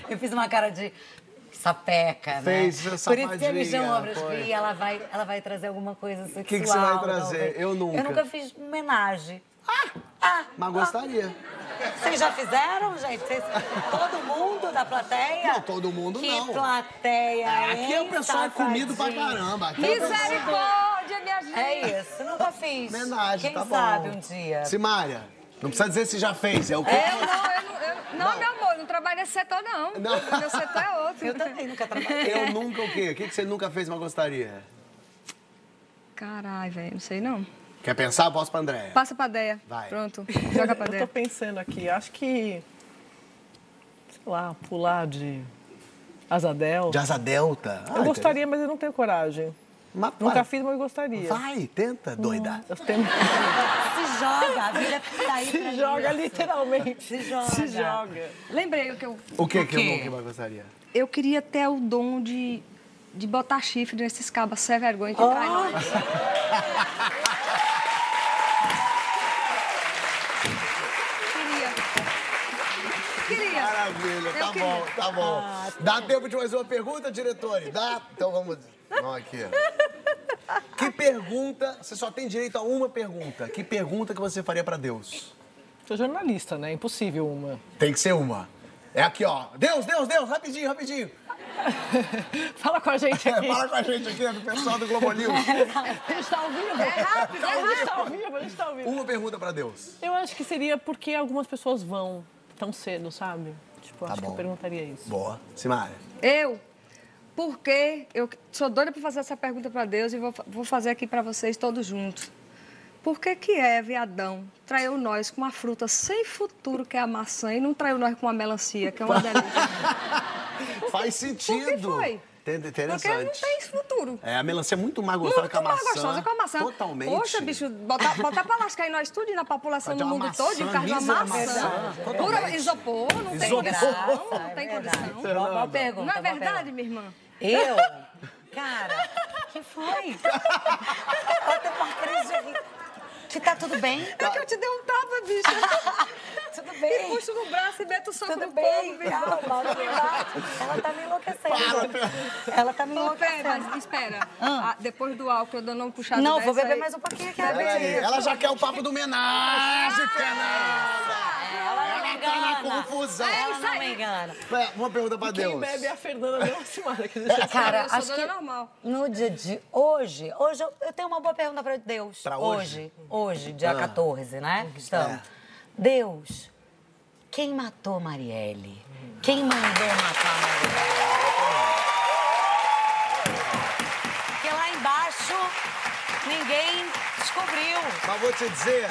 Speaker 4: Eu fiz uma cara de sapeca,
Speaker 2: Fez
Speaker 4: né?
Speaker 2: essa
Speaker 4: Por isso que você me
Speaker 2: safadinha,
Speaker 4: chamou pra
Speaker 2: foi.
Speaker 4: escolher, ela vai, ela vai trazer alguma coisa sexual.
Speaker 2: que que você vai
Speaker 4: talvez.
Speaker 2: trazer? Eu nunca.
Speaker 4: Eu nunca fiz homenagem.
Speaker 2: Mas gostaria.
Speaker 4: Vocês já fizeram, gente? Vocês- todo mundo da plateia?
Speaker 2: Não, todo mundo
Speaker 4: que
Speaker 2: não.
Speaker 4: Que plateia,
Speaker 2: Aqui
Speaker 4: hein,
Speaker 2: o pessoal é comido pra
Speaker 4: safadinho?
Speaker 2: caramba. Aqui é o pessoal-
Speaker 5: Misericórdia, minha gente!
Speaker 4: É isso, nunca fiz.
Speaker 2: Homenagem,
Speaker 4: Quem
Speaker 2: tá bom.
Speaker 4: sabe um dia.
Speaker 2: Simária, não precisa dizer se já fez, é o que
Speaker 5: Eu não, eu não, eu- não, meu amor, eu não trabalho nesse setor, não.
Speaker 2: Não.
Speaker 5: Meu setor é outro.
Speaker 4: Eu também nunca trabalhei.
Speaker 2: Eu nunca o quê? O que que você nunca fez, mas gostaria?
Speaker 5: Caralho, velho, não sei não.
Speaker 2: Quer pensar? Voz pra Andréia.
Speaker 5: Passa pra Deia.
Speaker 2: Vai.
Speaker 5: Pronto, joga pra
Speaker 6: Eu tô
Speaker 5: Deia.
Speaker 6: pensando aqui, acho que. Sei lá, pular de. Asadel.
Speaker 2: De asa delta. Ah,
Speaker 6: Eu gostaria, mas eu não tenho coragem.
Speaker 2: interessante. Mas,
Speaker 6: Nunca
Speaker 2: para.
Speaker 6: fiz, Hum. mas eu gostaria.
Speaker 2: Vai, tenta, doida.
Speaker 6: Eu tenho...
Speaker 11: Se joga, a vida tá aí pra
Speaker 6: Se joga literalmente.
Speaker 11: Se joga.
Speaker 6: Se joga.
Speaker 5: Lembrei o que eu.
Speaker 2: O que que
Speaker 9: quê?
Speaker 2: eu nunca gostaria?
Speaker 5: Eu queria ter o dom de, de botar chifre nesses cabas sem vergonha que cai no mar. Queria. Queria. Eu
Speaker 2: Maravilha,
Speaker 5: Ah,
Speaker 2: tá
Speaker 5: queria.
Speaker 2: bom, tá bom. Dá tempo de mais uma pergunta, diretores? Dá? Então vamos. Vamos aqui. Que pergunta, você só tem direito a uma pergunta. Que pergunta que você faria pra Deus?
Speaker 6: Sou jornalista, né? Impossível uma.
Speaker 2: Tem que ser uma. É aqui, ó. Deus, Deus, Deus, rapidinho, rapidinho.
Speaker 6: Fala com a gente
Speaker 2: É,
Speaker 6: aqui.
Speaker 2: fala com a gente aqui, do pessoal do Globo News.
Speaker 6: A gente tá ao vivo. É
Speaker 5: rápido, é
Speaker 6: a gente tá ao vivo, a gente tá ao vivo.
Speaker 2: Uma pergunta pra Deus.
Speaker 6: Eu acho que seria porque algumas pessoas vão tão cedo, sabe? Tipo, acho que
Speaker 2: Tá bom.
Speaker 6: eu perguntaria isso.
Speaker 2: Boa. Simária.
Speaker 5: Eu. Porque eu sou doida para fazer essa pergunta para Deus e vou, fa- vou fazer aqui para vocês todos juntos. Por que que Eva e Adão traiu nós com uma fruta sem futuro que é a maçã e não traiu nós com uma melancia, que é uma delícia?
Speaker 2: Faz
Speaker 5: Por que
Speaker 2: sentido.
Speaker 5: foi?
Speaker 2: Tem-
Speaker 5: Porque não
Speaker 2: Interessante.
Speaker 5: tem futuro.
Speaker 2: É, a melancia é muito mais gostosa
Speaker 5: Muito
Speaker 2: que a
Speaker 5: mais
Speaker 2: maçã.
Speaker 5: gostosa com a maçã.
Speaker 2: Totalmente.
Speaker 5: Poxa, bicho, botar, botar pra lascar em nós tudo e na população
Speaker 2: Mas é
Speaker 5: do
Speaker 2: uma
Speaker 5: mundo
Speaker 2: maçã,
Speaker 5: todo, e o carro de uma
Speaker 2: mísera
Speaker 5: maçã.
Speaker 2: maçã,
Speaker 5: Pura
Speaker 2: totalmente.
Speaker 5: isopor, não tem
Speaker 2: Isopor.
Speaker 5: condição, não tem
Speaker 11: É Verdade.
Speaker 5: condição.
Speaker 11: Boa- boa pergunta,
Speaker 5: Não
Speaker 11: boa
Speaker 5: é verdade, minha irmã?
Speaker 11: Eu? Cara, que foi? Eu tô com uma crise de rir. Que tá tudo bem?
Speaker 5: É que eu te dei um tapa, bicho.
Speaker 11: Tudo
Speaker 5: Me
Speaker 11: bem.
Speaker 5: puxo no braço e meto o soco
Speaker 11: Tudo
Speaker 5: no
Speaker 11: bem, Ah, tá calma, não
Speaker 5: povo, bicho.
Speaker 11: me bate. Ela tá me enlouquecendo. Ela tá me
Speaker 5: Ô, Fê,
Speaker 11: enlouquecendo.
Speaker 5: mas espera. Ah, depois do álcool, eu dando uma puxada
Speaker 11: Não,
Speaker 5: dessa
Speaker 11: vou beber
Speaker 5: aí.
Speaker 11: mais um pouquinho aqui.
Speaker 2: Peraí, ela já quer o papo do homenagem, Fernanda. Ela tá na confusão.
Speaker 11: Ela não me engana.
Speaker 2: Pera, Uma pergunta pra
Speaker 6: Quem
Speaker 2: Deus.
Speaker 6: bebe é a Fernanda, não a Simara. Que deixa...
Speaker 11: Cara,
Speaker 5: Eu sou
Speaker 11: acho
Speaker 5: dona
Speaker 11: que
Speaker 5: normal.
Speaker 11: no dia de hoje, hoje eu, eu tenho uma boa pergunta pra Deus.
Speaker 2: Pra hoje? Ah.
Speaker 11: Hoje, hoje, dia 14, né? que Estamos.
Speaker 2: É.
Speaker 11: Deus, quem matou Marielle? Quem mandou matar Marielle? Porque lá embaixo ninguém descobriu.
Speaker 2: Mas vou te dizer,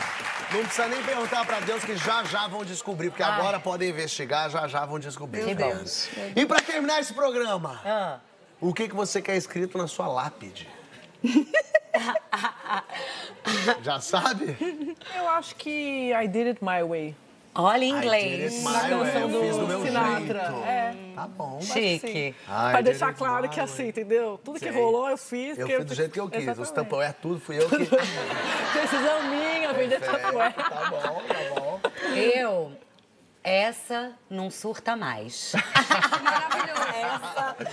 Speaker 2: não precisa nem perguntar pra Deus que já já vão descobrir, porque agora podem investigar, já já vão descobrir.
Speaker 11: Que bom.
Speaker 2: E pra terminar esse programa,
Speaker 11: Ah.
Speaker 2: o que, que você quer escrito na sua lápide? já sabe?
Speaker 6: Eu acho que I did it my way.
Speaker 11: Olha em
Speaker 2: I did
Speaker 11: inglês.
Speaker 2: it my way, eu fiz do meu
Speaker 6: Sinatra,
Speaker 2: jeito.
Speaker 6: é.
Speaker 2: Tá bom.
Speaker 11: Chique.
Speaker 2: Ah,
Speaker 6: pra
Speaker 2: I
Speaker 6: deixar
Speaker 2: did it
Speaker 6: claro
Speaker 2: my
Speaker 6: que assim,
Speaker 2: way.
Speaker 6: entendeu? Tudo que
Speaker 2: Sei.
Speaker 6: rolou, eu fiz.
Speaker 2: Eu
Speaker 6: que
Speaker 2: fiz do jeito que eu quis. Os
Speaker 6: Exatamente.
Speaker 2: tampoé, tudo fui eu que...
Speaker 6: Decisão minha, vender
Speaker 2: É,
Speaker 6: tatuagem.
Speaker 2: tá bom, tá bom.
Speaker 11: Eu, essa não surta mais.
Speaker 5: Maravilhoso.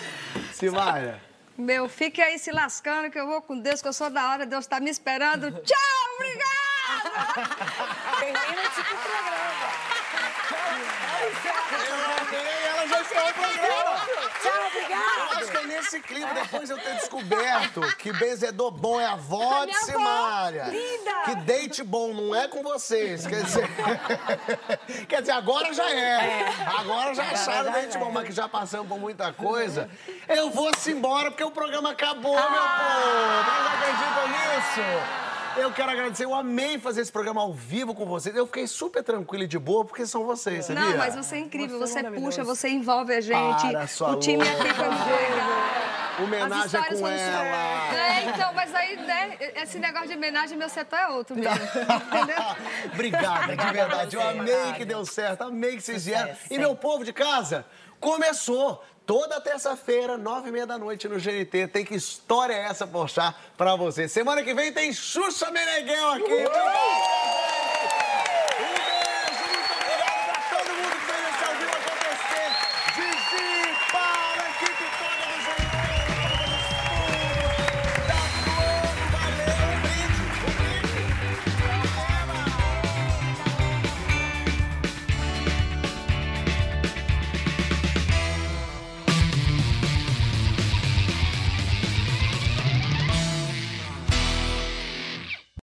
Speaker 2: Simária.
Speaker 5: Meu, fique aí se lascando que eu vou com Deus, que eu sou da hora, Deus tá me esperando.
Speaker 11: Uhum.
Speaker 5: Tchau, obrigado!
Speaker 11: Termina tipo programa.
Speaker 2: Eu amei, ela já saiu o programa.
Speaker 11: Tchau, obrigada.
Speaker 2: Eu acho que é nesse clima, depois eu ter descoberto que benzedor bom é a avó de
Speaker 5: minha avó,
Speaker 2: Simária.
Speaker 5: linda.
Speaker 2: Que date bom não é com vocês. Quer dizer, quer dizer agora já é. Agora já acharam date
Speaker 5: é.
Speaker 2: bom, mas que já passamos por muita coisa. Eu vou-se embora porque o programa acabou, meu
Speaker 5: Ah.
Speaker 2: povo. Vocês acreditam nisso? Eu quero agradecer, eu amei fazer esse programa ao vivo com vocês. Eu fiquei super tranquilo e de boa porque são vocês, sabia?
Speaker 5: Não, mas você é incrível,
Speaker 6: Você é
Speaker 5: você puxa,
Speaker 6: maravilhoso.
Speaker 5: você envolve a gente.
Speaker 2: Para, sua
Speaker 5: o time aqui foi muito legal. As
Speaker 2: Homenagem é
Speaker 5: histórias
Speaker 2: com
Speaker 5: foram super-
Speaker 2: ela.
Speaker 5: É, então, mas aí, né, esse negócio de homenagem, meu setor é outro mesmo. Entendeu?
Speaker 2: Obrigada, de verdade. Eu amei que deu certo, amei que vocês vieram. E meu povo de casa, começou! Toda terça-feira, nove e meia da noite no GNT. Tem que história é essa, Porchat, pra você. Semana que vem tem Xuxa Meneghel aqui.